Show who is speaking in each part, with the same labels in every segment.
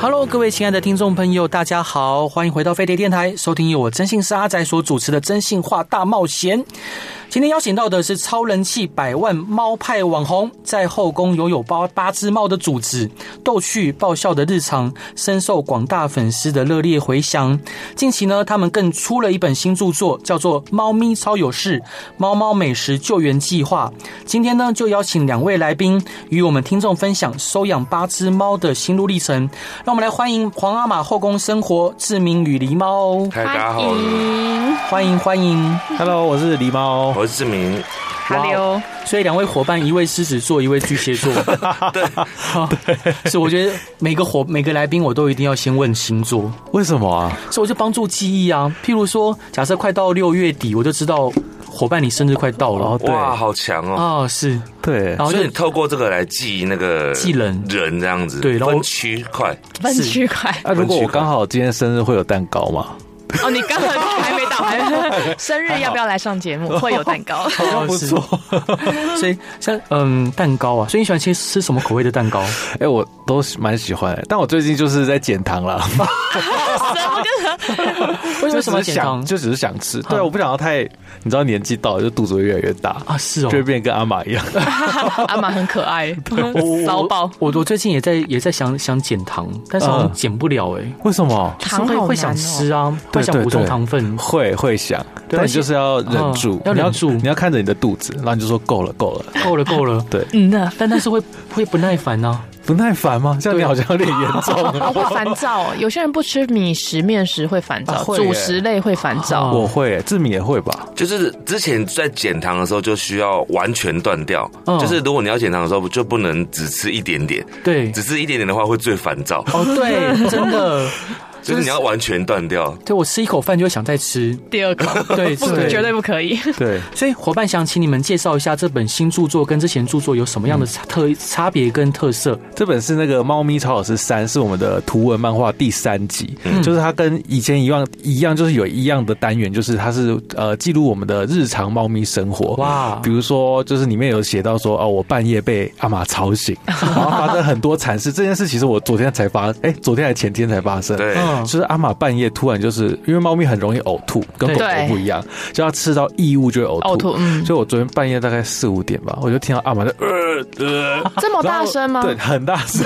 Speaker 1: Hello，各位亲爱的听众朋友，大家好，欢迎回到飞碟电台，收听由我真心是阿仔所主持的《真心话大冒险》。今天邀请到的是超人气百万猫派网红，在后宫拥有八八只猫的主子，逗趣爆笑的日常，深受广大粉丝的热烈回响。近期呢，他们更出了一本新著作，叫做《猫咪超有事》《猫猫美食救援计划》。今天呢，就邀请两位来宾与我们听众分享收养八只猫的心路历程。让我们来欢迎皇阿玛后宫生活志明与狸猫，
Speaker 2: 嗨，大家好，
Speaker 1: 欢迎欢迎。
Speaker 3: Hello，我是狸猫。
Speaker 2: 我是志明。
Speaker 1: 哇哦所以两位伙伴，一位狮子座，一位巨蟹座。对，是我觉得每个伙每个来宾，我都一定要先问星座，
Speaker 3: 为什么啊？
Speaker 1: 所以我就帮助记忆啊。譬如说，假设快到六月底，我就知道伙伴你生日快到了。
Speaker 3: 哦，对
Speaker 2: 哇，好强哦！
Speaker 1: 哦，是，
Speaker 3: 对
Speaker 1: 然后
Speaker 2: 所
Speaker 1: 就
Speaker 2: 以你透过这个来记那个
Speaker 1: 记人
Speaker 2: 人这样子，
Speaker 1: 对然后
Speaker 2: 分区块，
Speaker 4: 分区块
Speaker 3: 那、如果我刚好今天生日会有蛋糕嘛？
Speaker 4: 哦，你刚才还没到，还生日要不要来上节目？会有蛋糕，
Speaker 1: 哦
Speaker 3: 不错。
Speaker 1: 是 所以像嗯蛋糕啊，所以你喜欢吃吃什么口味的蛋 糕？
Speaker 3: 哎、我都蛮喜欢、但我最近就是在减糖啦。
Speaker 1: 为
Speaker 3: 就
Speaker 1: 什么要
Speaker 3: 只是
Speaker 1: 减糖
Speaker 3: 想，就只是想吃。对，我不想要太，你知道年纪到了就肚子会越来越大，
Speaker 1: 啊？是哦
Speaker 3: 就。会变跟阿玛一样。
Speaker 4: 阿玛很可爱嗯
Speaker 1: 我我，
Speaker 4: 骚爆。
Speaker 1: 我我最近也在也在想想减糖，但是好像
Speaker 3: 嗯
Speaker 1: 减不了哎、欸
Speaker 3: 为什么？
Speaker 4: 糖
Speaker 1: 会
Speaker 4: 好
Speaker 1: 会想
Speaker 4: 难
Speaker 1: 吃
Speaker 4: 哦，
Speaker 1: 啊，会
Speaker 3: 对
Speaker 1: 想
Speaker 3: 对
Speaker 1: 补充
Speaker 3: 对
Speaker 1: 糖分。
Speaker 3: 会会想，
Speaker 1: 对
Speaker 3: 但
Speaker 1: 而
Speaker 3: 你
Speaker 1: 且
Speaker 3: 就是啊要忍住，
Speaker 1: 嗯要
Speaker 3: 你
Speaker 1: 忍住
Speaker 3: 你要看着你的肚子，然后你就说够了，够了。
Speaker 1: 够了够了，
Speaker 3: 对，
Speaker 4: 嗯呐，
Speaker 1: 但但是会会不耐烦啊呢、
Speaker 3: 不耐烦吗？这样你好像有点严重。
Speaker 4: 哦，会烦躁。有些人不吃米食、面食会烦
Speaker 3: 啊
Speaker 4: 躁，
Speaker 3: 会耶啊
Speaker 4: 主食类会烦躁。
Speaker 3: 我会、志敏也会吧？
Speaker 2: 就是之前在减糖的时候就需要完全断掉，
Speaker 1: 嗯
Speaker 2: 就是如果你要减糖的时候就不能只吃一点点，
Speaker 1: 对，
Speaker 2: 只吃一点点的话会最烦 躁，
Speaker 1: 哦对，真的，
Speaker 2: 就是你要完全断掉。
Speaker 1: 对我吃一口饭就会想再吃，
Speaker 4: 第二口
Speaker 1: 对，
Speaker 4: 不
Speaker 1: 是
Speaker 4: 绝对不可以。
Speaker 3: 对，
Speaker 1: 所以伙伴想请你们介绍一下这本新著作跟之前著作有什么样的差特差别跟特色？
Speaker 3: 这本是那个《猫咪超老师三》，是我们的图文漫画第三集，
Speaker 4: 嗯
Speaker 3: 就是它跟以前一样一样，就是有一样的单元，就是它是呃记录我们的日常猫咪生活。
Speaker 1: 哇
Speaker 3: 比如说，就是里面有写到说，哦，我半夜被阿玛 吵醒，然后发生很多惨事。这件事其实我昨天才发，哎、昨天还前天才发生。
Speaker 2: 对，
Speaker 1: 嗯
Speaker 3: 哎就是阿玛半夜突然就是因为猫咪很容易呕吐，跟狗狗
Speaker 4: 对
Speaker 3: 不一样，就要吃到异物就会呕
Speaker 4: 呕
Speaker 3: 吐。
Speaker 4: 吐，嗯，
Speaker 3: 所以我昨天半夜大概四五点吧，我就听到阿玛在呃呃，
Speaker 4: 这么
Speaker 3: 然后
Speaker 4: 大声吗？
Speaker 3: 对，很大声。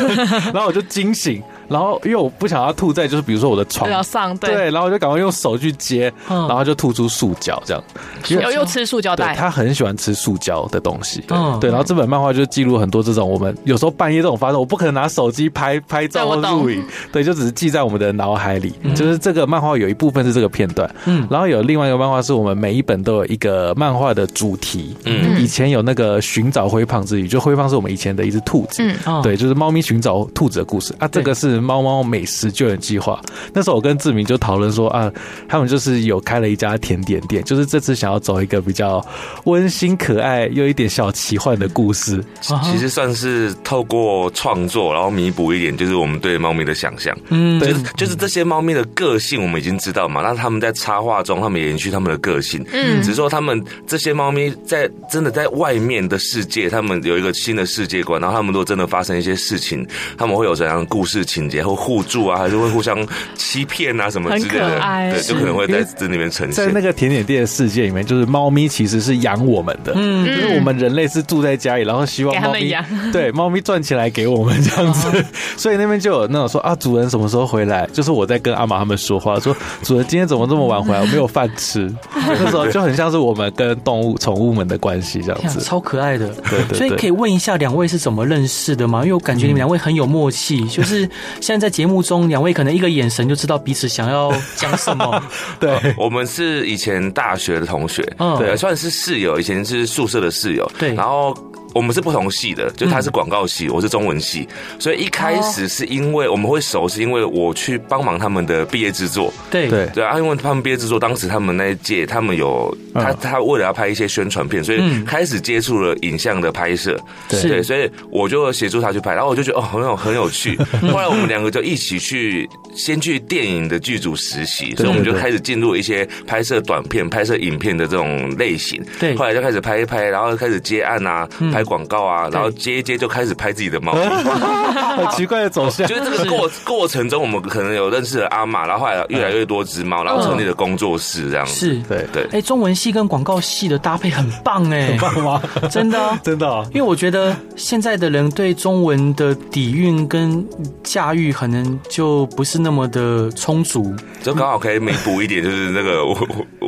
Speaker 3: 然后我就惊醒，然后因为我不想要吐在就是比如说我的床
Speaker 4: 对，要上对，
Speaker 3: 对，然后我就赶快用手去接，
Speaker 1: 嗯
Speaker 3: 然后就吐出塑胶这样。因为
Speaker 4: 又又吃塑胶
Speaker 3: 对
Speaker 4: 袋，
Speaker 3: 他很喜欢吃塑胶的东西，
Speaker 1: 嗯
Speaker 3: 对对。然后这本漫画就记录很多这种我们有时候半夜这种发生，我不可能拿手机拍拍照
Speaker 4: 对
Speaker 3: 或
Speaker 4: 我懂嗯
Speaker 3: 录影，对，就只是记在我们的脑海里。就是这个漫画有一部分是这个片段，
Speaker 1: 嗯
Speaker 3: 然后有另外一个漫画是我们每一本都有一个漫画的主题，
Speaker 2: 嗯
Speaker 3: 嗯，以前有那个寻找灰胖之旅，就灰胖是我们以前的一只兔子，
Speaker 4: 嗯
Speaker 1: 嗯
Speaker 3: 对，就是猫咪寻找兔子的故事啊。这
Speaker 1: 对
Speaker 3: 个是猫猫美食救援计划。那时候我跟志明就讨论说啊，他们就是有开了一家甜点店，就是这次想要走一个比较温馨可爱又一点小奇幻的故事。
Speaker 1: 啊哈
Speaker 2: 其实算是透过创作，然后弥补一点，就是我们对猫咪的想象。
Speaker 1: 嗯
Speaker 2: 就是就是这些猫咪的个性，我们已经知道嘛。那他们在插画中，他们也延续他们的个性。
Speaker 4: 嗯
Speaker 2: 只是说他们这些猫咪在真的在外面的世界，他们有一个新的世界观。然后他们如果真的发生一些事情，他们会有怎样的故事情节，或互助啊，还是会互相欺骗啊什么之类
Speaker 4: 很可
Speaker 2: 的。
Speaker 4: 爱
Speaker 2: 对，就可能会在这里面呈
Speaker 3: 在
Speaker 2: 现
Speaker 3: 那。个甜点店的世界里面，就是猫咪其实是养我们的，嗯，就是我们人类是住在家里，然后希望
Speaker 4: 给他
Speaker 3: 猫
Speaker 4: 们
Speaker 3: 咪
Speaker 4: 养
Speaker 3: 对猫咪赚钱来给我们这样子， 所以那边就有那种说啊，主人什么时候回来？就是我在跟阿玛他们说话，说主人今天怎么这么晚回来？我没有饭吃。那时候就很像是我们跟动物宠物们的关系这样
Speaker 1: 天啊
Speaker 3: 子。
Speaker 1: 超可爱的，
Speaker 3: 对对对嗯
Speaker 1: 所以可以问一下两位是怎么认识的吗？因为我感觉你们两位很有默契， 就是现在在节目中，两位可能一个眼神就知道彼此想要讲什么。
Speaker 3: 对，
Speaker 2: 我们是以前大学的同学，
Speaker 1: 嗯
Speaker 2: 对，算是室友，以前是宿舍的室友，
Speaker 1: 对
Speaker 2: 然后。我们是不同系的，就他是广告
Speaker 4: 嗯
Speaker 2: 系，我是中文系，所以一开
Speaker 4: 哦
Speaker 2: 始是因为我们会熟，是因为我去帮忙他们的毕业制作。
Speaker 1: 对
Speaker 3: 对
Speaker 2: 对啊，因为他们毕业制作，当时他们那一届，他们有他
Speaker 3: 嗯
Speaker 2: 他为了要拍一些宣传片，所以
Speaker 1: 嗯
Speaker 2: 开始接触了影像的拍摄，
Speaker 1: 对
Speaker 2: 对，所以我就协助他去拍，然后我就觉得哦，很有很有 趣。后来我们两个就一起去先去电影的剧组实习，所以我们就
Speaker 3: 对对
Speaker 2: 开始进入一些拍摄短片、拍摄影片的这种类型。
Speaker 1: 对
Speaker 2: 后来就开始拍一拍，然后开始接案啊，
Speaker 3: 嗯
Speaker 2: 拍广告啊，然后
Speaker 1: 对
Speaker 2: 接一接就开始拍自己的猫咪。
Speaker 3: 很奇怪的走向
Speaker 2: 就。是这个过过程中，我们可能有认识了阿玛，然后后来越来越多只猫，然后成立了工作室这样子。
Speaker 1: 是，
Speaker 3: 对
Speaker 2: 对
Speaker 1: 哎，中文系跟广告系的搭配很棒哎，
Speaker 3: 吗？
Speaker 1: 真的啊。
Speaker 3: 真的哦
Speaker 1: 因为我觉得现在的人对中文的底蕴跟驾驭可能就不是那么的充足，
Speaker 2: 就刚好可以弥补一点，就是那个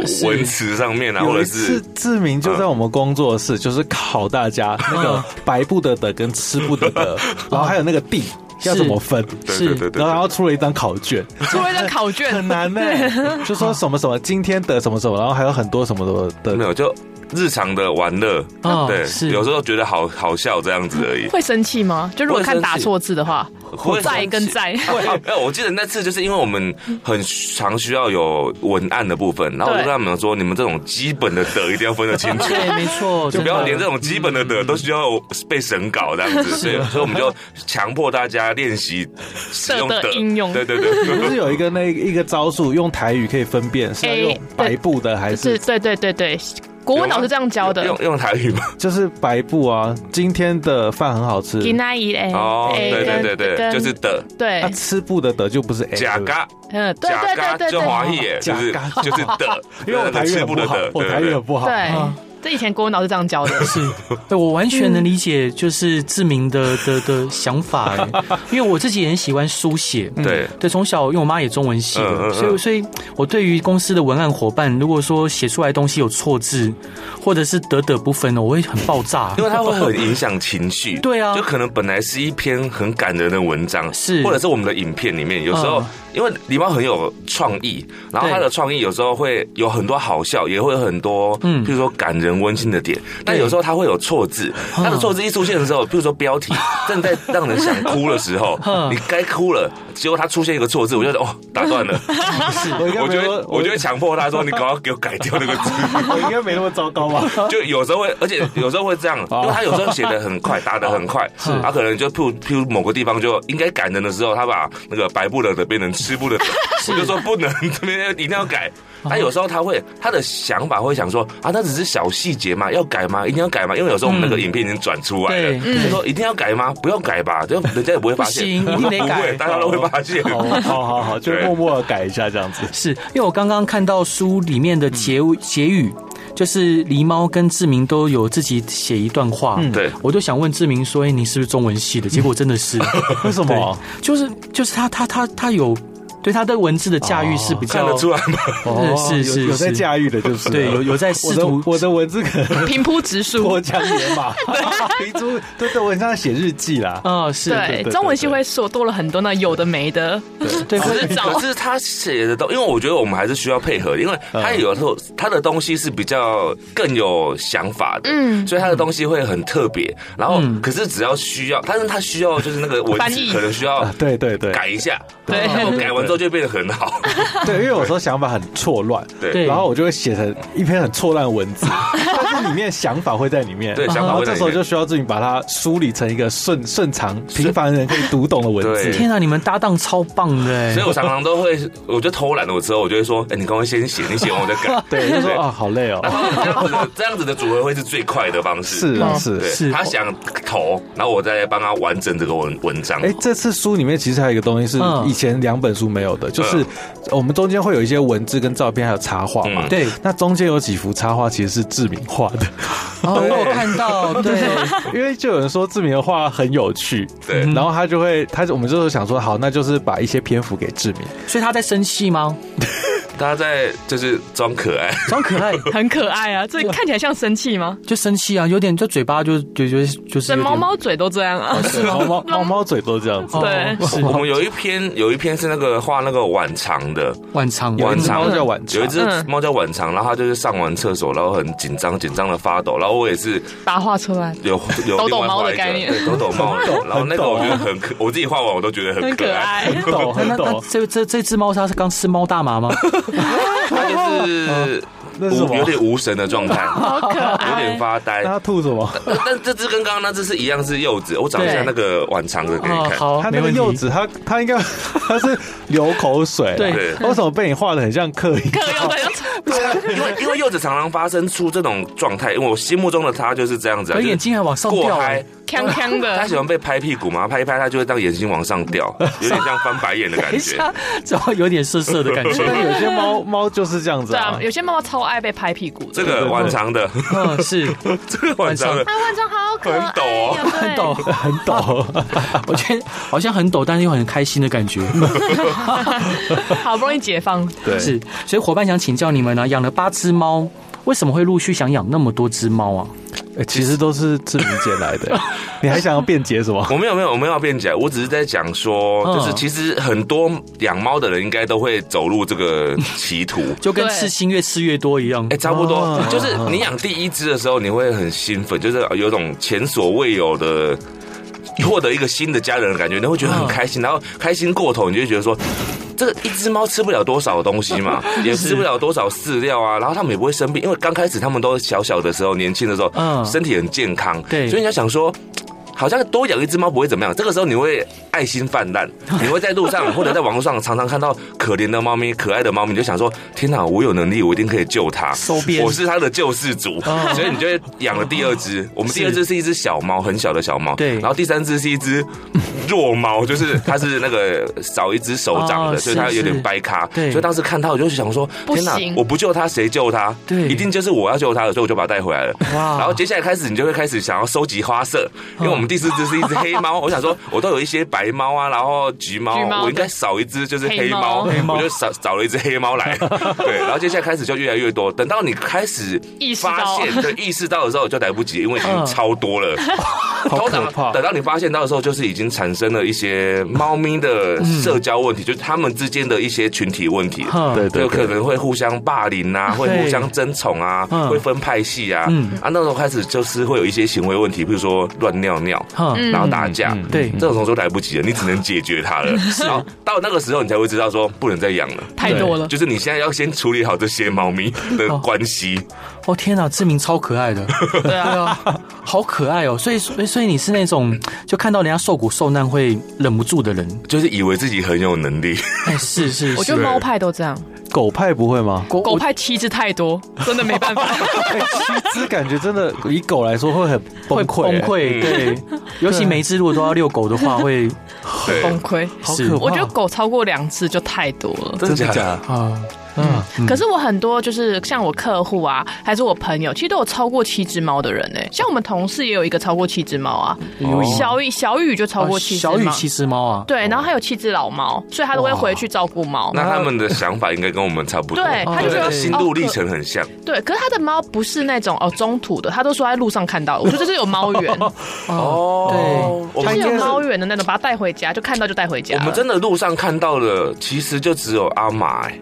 Speaker 1: 是
Speaker 2: 文词上面啊，或
Speaker 3: 有一
Speaker 2: 者
Speaker 3: 次
Speaker 2: 是嗯
Speaker 3: 志明就在我们工作室，就是考大家那个白不得的跟吃不得 的，然后还有那个地要怎么分。
Speaker 2: 哦对
Speaker 1: 是
Speaker 2: 对对对
Speaker 3: 然后然
Speaker 2: 对，
Speaker 3: 后出了一张考卷，
Speaker 4: 出了一张考卷，
Speaker 3: 很难呢、欸 就说什么什么今天的什么什么，然后还有很多什么什么
Speaker 2: 没
Speaker 3: 的，
Speaker 2: 有就日常的玩乐，
Speaker 1: 哦
Speaker 2: 对
Speaker 1: 是，
Speaker 2: 有时候觉得好好笑这样子而 已。
Speaker 4: 会生气吗？就如果看打错字的话，
Speaker 2: 会
Speaker 4: 在
Speaker 2: 生
Speaker 4: 跟
Speaker 2: 气
Speaker 4: 在，
Speaker 2: 会，没有，我记得那次就是因为我们很常需要有文案的部分，然后我就
Speaker 4: 对
Speaker 2: 跟他们说，你们这种基本的的一定要分得清楚。
Speaker 1: 对，没
Speaker 4: 啊
Speaker 1: 错，
Speaker 2: 就不要连这
Speaker 1: 种
Speaker 2: 种基本的
Speaker 4: 嗯
Speaker 2: 的都需要被审稿这样 子，所以所以我们就强迫大家练习使用
Speaker 4: 的的应用
Speaker 2: 对对对，
Speaker 3: 就是有一个那一个招数，用台语可以分辨是要用
Speaker 4: A，
Speaker 3: 白布的还
Speaker 4: 就是
Speaker 3: 是
Speaker 4: 对对对对，国文老师这样 教的。
Speaker 2: 用用台语吧。
Speaker 3: 就是白布啊。今天的饭很好吃，
Speaker 4: 吉那伊 A
Speaker 2: 哦，
Speaker 4: A
Speaker 2: 对对对对，
Speaker 4: 哎跟
Speaker 2: 就是的
Speaker 4: 对
Speaker 3: 那、，啊吃布的的就不是 A
Speaker 2: 假
Speaker 3: 对不对
Speaker 2: 嘎
Speaker 4: 嗯，对
Speaker 2: 假
Speaker 4: 对
Speaker 2: 嘎
Speaker 4: 对对
Speaker 2: 就华裔
Speaker 4: 对，
Speaker 2: 耶，就是
Speaker 3: 哎假嘎
Speaker 2: 就是的，
Speaker 3: 因为我台语
Speaker 2: 吃
Speaker 3: 很
Speaker 2: 不
Speaker 3: 不
Speaker 2: 得
Speaker 3: 好
Speaker 2: 的，，
Speaker 3: 我
Speaker 2: 对
Speaker 3: 台语很
Speaker 2: 对
Speaker 3: 不好。
Speaker 4: 对
Speaker 1: 啊，
Speaker 4: 这以前国文老师这样教的。
Speaker 1: 是，对我完全能理解，就是志明的的的想法哎，因为我自己也很喜欢书写，
Speaker 2: 嗯对。
Speaker 1: 对，从小因为我妈也中文系
Speaker 2: 嗯
Speaker 1: 的，
Speaker 2: 嗯嗯
Speaker 1: 所以所以我对于公司的文案伙伴，如果说写出来的东西有错字，或者是得得不分的，我会很爆炸。
Speaker 2: 因为它会很影响情绪，
Speaker 1: 对啊
Speaker 2: 就可能本来是一篇很感人的文章，
Speaker 1: 是
Speaker 2: 或者是我们的影片里面，有时候、
Speaker 1: 嗯
Speaker 2: 因为狸猫很有创意，然后
Speaker 1: 对
Speaker 2: 它的创意有时候会有很多好笑，也会有很多，
Speaker 1: 嗯
Speaker 2: 嗯，譬如说感人温馨的点，但
Speaker 1: 对嗯
Speaker 2: 有时候它会有错字，它的错字一出现的时候，譬如说标 题正在让人想哭的时候
Speaker 1: 嗯，
Speaker 2: 你该哭了，结果它出现一个错字，我就觉得哦，打 断了，
Speaker 3: 我应该
Speaker 2: 我
Speaker 3: 没
Speaker 2: 就
Speaker 3: 那
Speaker 2: 会
Speaker 3: 么
Speaker 2: 我就会强迫他说，你赶快给我改掉那个字。
Speaker 3: 我应该没那么糟糕吧？
Speaker 2: 就有时候会，而且有时候会这样，
Speaker 1: 哦
Speaker 2: 因为他有时候写的很快，打的 很快，他可能就譬如譬如某个地方就应该感人的时候，他把那个白不得的变成吃不得的， 我就说不能，这边一定要改。
Speaker 1: 哦
Speaker 2: 他有时候他会他的想法会想说啊，那只是小细节嘛，要改吗？一定要改吗？因为有时候我们那个影片已经转出来了，
Speaker 1: 嗯对
Speaker 2: 他说一定要改吗？不要改吧，就人家也不会发现，
Speaker 1: 不行一定得
Speaker 2: 不
Speaker 1: 改哦
Speaker 2: 会，大家都会发现。
Speaker 3: 好好好好，就
Speaker 2: 对
Speaker 3: 默默的改一下这样子。
Speaker 1: 是因为我刚刚看到书里面的结
Speaker 3: 嗯
Speaker 1: 结语，就是狸猫跟志明都有自己写一段话，
Speaker 3: 嗯
Speaker 2: 对，
Speaker 1: 我就想问志明说：“哎、你是不是中文系的？”结果真的是，
Speaker 3: 为什么？
Speaker 1: 对，就是就是他他他他有对他的文字的驾驭是比
Speaker 2: 看
Speaker 1: 较
Speaker 2: 得出来吗？
Speaker 1: 哦是
Speaker 3: 有
Speaker 1: 是
Speaker 3: 有在
Speaker 1: 是
Speaker 3: 驾驭的，就是
Speaker 1: 对有有在
Speaker 3: 我
Speaker 1: 试
Speaker 3: 的
Speaker 1: 图
Speaker 3: 我的文字可能
Speaker 4: 平铺直
Speaker 3: 多
Speaker 4: 述，
Speaker 3: 讲点嘛，评出对对，我很像在写日记啦。
Speaker 1: 啊、是
Speaker 4: 对
Speaker 3: 对对
Speaker 4: 中文系会说多了很多那有的没的，
Speaker 1: 对
Speaker 4: 我
Speaker 1: 会
Speaker 4: 是
Speaker 2: 可
Speaker 4: 找
Speaker 2: 是他写的东，因为我觉得我们还是需要配合，因为
Speaker 3: 嗯
Speaker 2: 他有时候他的东西是比较更有想法的，
Speaker 4: 嗯
Speaker 2: 所以他的东西会很特别。然后，
Speaker 3: 嗯
Speaker 2: 可是只要需要，但是他需要就是那个文
Speaker 4: 翻
Speaker 2: 字
Speaker 4: 译
Speaker 2: 可能需要
Speaker 3: 啊，对对对
Speaker 2: 改一下，
Speaker 4: 对
Speaker 2: 然后改完之后就变得很好。
Speaker 3: 对，因为有时候想法很错乱，
Speaker 2: 对
Speaker 1: 对
Speaker 3: 然后我就会写成一篇很错乱的文字，但是里面想法会在里面，
Speaker 2: 对想法
Speaker 3: 然后
Speaker 2: 会在
Speaker 3: 这
Speaker 2: 里面
Speaker 3: 时候就需要自己把它梳理成一个顺顺常平凡人可以读懂的文字
Speaker 2: 对。
Speaker 1: 天啊，你们搭档超棒的哎、
Speaker 2: 所以我常常都会，我就偷懒了，我之后我就会说，哎，你赶快先写，你写完我再改。
Speaker 3: 对，就说啊，好累哦，
Speaker 2: 这样子的这样子的组合会是最快的方式。
Speaker 3: 是啊
Speaker 4: 嗯
Speaker 3: 是
Speaker 2: 对，
Speaker 1: 是
Speaker 2: 他想投，然后我再帮他完整这个文文章。
Speaker 3: 哎、这次书里面其实还有一个东西是
Speaker 1: 嗯
Speaker 3: 以前两本书没有的，就是
Speaker 2: 嗯
Speaker 3: 我们中间会有一些文字跟照片，还有插画嘛。
Speaker 2: 嗯
Speaker 1: 对，
Speaker 3: 那中间有几幅插画其实是志明画 的，
Speaker 1: 哦，我有看到， 对，
Speaker 3: 因为就有人说志明的画很有趣，
Speaker 2: 对
Speaker 3: 然后他就会他就我们就是想说好，那就是把一些篇幅给志明，
Speaker 1: 所以他在生气吗？
Speaker 2: 大家在就是装可爱，
Speaker 1: 装可爱
Speaker 4: 很可爱啊，这看起来像生气吗？
Speaker 1: 就生气啊，有点就嘴巴就就就就是
Speaker 4: 这
Speaker 1: 有点
Speaker 4: 猫猫嘴都这样
Speaker 2: 嗯
Speaker 4: 啊，
Speaker 3: 对猫 猫猫猫嘴都这样子
Speaker 1: 哦。
Speaker 4: 对
Speaker 1: 是
Speaker 2: 我们有一篇有一篇是那个画那个碗肠的，
Speaker 1: 晚长
Speaker 2: 晚
Speaker 3: 长
Speaker 2: 肠
Speaker 3: 猫叫晚肠
Speaker 2: 有一只
Speaker 4: 嗯
Speaker 2: 猫叫晚肠，然后它就是上完厕所，然后很紧张，紧张的发抖，然后我也是
Speaker 4: 把话出来，
Speaker 2: 有有
Speaker 4: 抖
Speaker 2: 另
Speaker 4: 抖
Speaker 2: 外
Speaker 4: 猫
Speaker 2: 画
Speaker 4: 的
Speaker 2: 一个
Speaker 4: 概念
Speaker 2: 对抖抖猫， 然后那个我觉得很可，我自己画完我都觉得
Speaker 4: 很
Speaker 2: 很
Speaker 4: 可
Speaker 2: 可
Speaker 4: 爱
Speaker 2: 爱，。
Speaker 1: 那
Speaker 3: 抖很
Speaker 1: 那
Speaker 3: 抖
Speaker 1: 那，这这这只猫它是刚吃猫大麻吗？
Speaker 2: 它 就是
Speaker 3: 啊那是什
Speaker 2: 无有
Speaker 3: 么？
Speaker 2: 点无神的状态，
Speaker 4: 好 可爱，
Speaker 2: 有点发呆
Speaker 3: 那。它吐什么？
Speaker 2: 但但这只跟刚刚那只是一样，是柚子。我找一下
Speaker 4: 对
Speaker 2: 那个晚肠的给你
Speaker 1: 哦，
Speaker 2: 看。
Speaker 1: 好
Speaker 3: 它，那
Speaker 1: 没
Speaker 3: 个
Speaker 1: 问
Speaker 3: 柚
Speaker 1: 题。
Speaker 3: 子，它它应该 它是流口水啊。
Speaker 1: 对
Speaker 2: 对
Speaker 3: 它为什么被你画的很像刻意？
Speaker 4: 可 又在
Speaker 2: 因为因为柚子常常发生出这种状态，因为我心目中的他就是这样子、啊，
Speaker 1: 可
Speaker 2: 就是
Speaker 1: 眼睛还往上
Speaker 2: 过
Speaker 1: 掉啊，
Speaker 2: 嗨，
Speaker 4: 锵锵
Speaker 2: 他
Speaker 3: 啊
Speaker 4: 的，
Speaker 2: 喜欢被拍屁股嘛，拍一拍他就会让眼睛往上掉，有点像翻白眼的 感
Speaker 1: 等一
Speaker 2: 觉。
Speaker 1: 下，怎么有点涩涩的感
Speaker 3: 但
Speaker 1: 觉？
Speaker 3: 有些猫猫就是这样子
Speaker 4: 对啊
Speaker 3: 啊，。
Speaker 4: 有些猫猫超爱被拍屁股的。
Speaker 2: 这个晚长的，
Speaker 1: 嗯，是，
Speaker 2: 这个晚长的，
Speaker 4: 啊，万章好可爱啊呀，
Speaker 2: 很抖哦
Speaker 4: 对
Speaker 1: 很抖，
Speaker 3: 很抖，
Speaker 1: 我觉得好像很抖，但是又很开心的感觉。
Speaker 4: 好不容易解放，
Speaker 3: 对，
Speaker 1: 是，所以伙伴想请教你们呢、啊养了八只猫，为什么会陆续想养那么多只猫啊？
Speaker 3: 欸其实都是志明捡来 的，你还想要辩解什么？
Speaker 2: 我没有没有我没有辩解，我只是在讲说，
Speaker 1: 嗯
Speaker 2: 就是其实很多养猫的人应该都会走入这个歧途。
Speaker 1: 就跟
Speaker 4: 对
Speaker 1: 吃心越吃越多一样
Speaker 2: 哎、。差不多
Speaker 3: 哦，
Speaker 2: 就是你养第一只的时候，你会很兴奋，就是有种前所未有的获得一个新的家人的感觉，你会觉得
Speaker 1: 嗯
Speaker 2: 很开心，然后开心过头，你就觉得说。这个一只猫吃不了多少东 西嘛，也吃不了多少饲料啊，然后它们也不会生病，因为刚开始它们都小小的时候，年轻的时候，
Speaker 1: 嗯
Speaker 2: 身体很健康，
Speaker 1: 对
Speaker 2: 所以你要想说，好像多养一只猫不会怎么样。这个时候你会爱心泛 滥，你会在路上或者在网络上常常看到可怜的猫咪、可爱的猫咪，你就想说：天哪，我有能力，我一定可以救它。
Speaker 1: 收编
Speaker 2: 我是它的救世主，
Speaker 1: 哦
Speaker 2: 所以你就会养了第二只。我们
Speaker 1: 是
Speaker 2: 第二只是一只小猫，很小的小猫。
Speaker 1: 对
Speaker 2: 然后第三只是一只弱猫，就是它是那个少一只手掌
Speaker 1: 哦
Speaker 2: 的，所以它
Speaker 1: 是
Speaker 2: 有点
Speaker 1: 是
Speaker 2: 掰咖。
Speaker 1: 对
Speaker 2: 所以当时看它，我就想说：
Speaker 4: 不
Speaker 2: 天哪
Speaker 4: 行，
Speaker 2: 我不救它，谁救它？
Speaker 1: 对
Speaker 2: 一定就是我要救它的，所以我就把它带回来了。
Speaker 1: 哇
Speaker 2: 然后接下来开始，你就会开始想要收集花色，因为我们第四只是一只黑猫。我想说，我都有一些白猫啊，然后橘猫
Speaker 4: 橘猫，
Speaker 2: 我应该少一只就是黑猫，
Speaker 4: 黑
Speaker 1: 猫
Speaker 2: 我就少找了一只黑猫来。对，然后接下来开始就越来越多，等到你开始
Speaker 4: 意识
Speaker 2: 发
Speaker 4: 到
Speaker 2: 现，对，意识到的时候就来不及，因为已经超多了。
Speaker 3: 好
Speaker 2: 通
Speaker 3: 可怕
Speaker 2: 常等！到你发现到的时候，就是已经产生了一些猫咪的社交问题，就是它们之间的一些群体问题。
Speaker 1: 哼
Speaker 3: 对
Speaker 2: 就可能会互相霸凌啊，会
Speaker 1: 对
Speaker 2: 互相争宠啊，
Speaker 1: 嗯
Speaker 2: 会分派系啊，
Speaker 1: 嗯
Speaker 2: 啊，那时候开始就是会有一些行为问题，比如说乱尿尿，
Speaker 1: 哼，
Speaker 4: 嗯
Speaker 2: 然后打架，
Speaker 3: 嗯
Speaker 1: 对
Speaker 2: 这种时候就来不及了，你只能解决它了。然后到那个时候，你才会知道说不能再养了。
Speaker 4: 太多了，
Speaker 2: 就是你现在要先处理好这些猫咪的关系，
Speaker 1: 哦天哪，志明超可爱的，
Speaker 4: 对
Speaker 1: 对
Speaker 4: 啊，
Speaker 1: 啊，好可爱哦。所以，所以，所以你是那种就看到人家受苦受难会忍不住的人。
Speaker 2: 就是以为自己很有能力，
Speaker 1: 哎，是是
Speaker 4: 我
Speaker 1: 是
Speaker 4: 觉，得猫派都这样，
Speaker 3: 狗派不会吗？
Speaker 1: 狗
Speaker 4: 狗派七只太 多，真的没办法。
Speaker 3: 哎，七只感觉真的以狗来说会很
Speaker 1: 会
Speaker 3: 崩溃，欸
Speaker 1: 崩溃，
Speaker 2: 嗯
Speaker 1: 对，尤其每一只如果都要遛狗的话，会
Speaker 2: 对，
Speaker 4: 崩溃。
Speaker 3: 好
Speaker 1: 是
Speaker 3: 可怕！
Speaker 4: 我觉得狗超过两次就太多了。
Speaker 2: 真的假的？
Speaker 1: 啊，嗯，
Speaker 4: 可是我很多就是像我客户啊，还是我朋友，其实都有超过七只猫的人呢、像我们同事也有一个超过七只猫啊，
Speaker 2: 哦
Speaker 1: 有
Speaker 4: 小雨小雨就超过七只
Speaker 1: 小雨
Speaker 4: 猫，
Speaker 1: 七只猫啊，
Speaker 4: 对，然后还有七只老猫，所以他都会回去照顾猫。
Speaker 2: 那他们的想法应该跟我们差不多，
Speaker 4: 对
Speaker 1: 他就
Speaker 2: 就
Speaker 1: 觉得哦
Speaker 2: 是心路历程很像。
Speaker 4: 对，可是他的猫不是那种哦中途的，他都说在路上看到的，我说这是有猫 园，
Speaker 1: 哦
Speaker 2: 我
Speaker 4: 就
Speaker 2: 们
Speaker 4: 是有
Speaker 2: 应该
Speaker 4: 猫园的那种，把它带回家，就看到就带回家
Speaker 1: 啊
Speaker 2: 我
Speaker 4: 了。
Speaker 2: 们真的路上看到的，其实就只有阿玛、欸，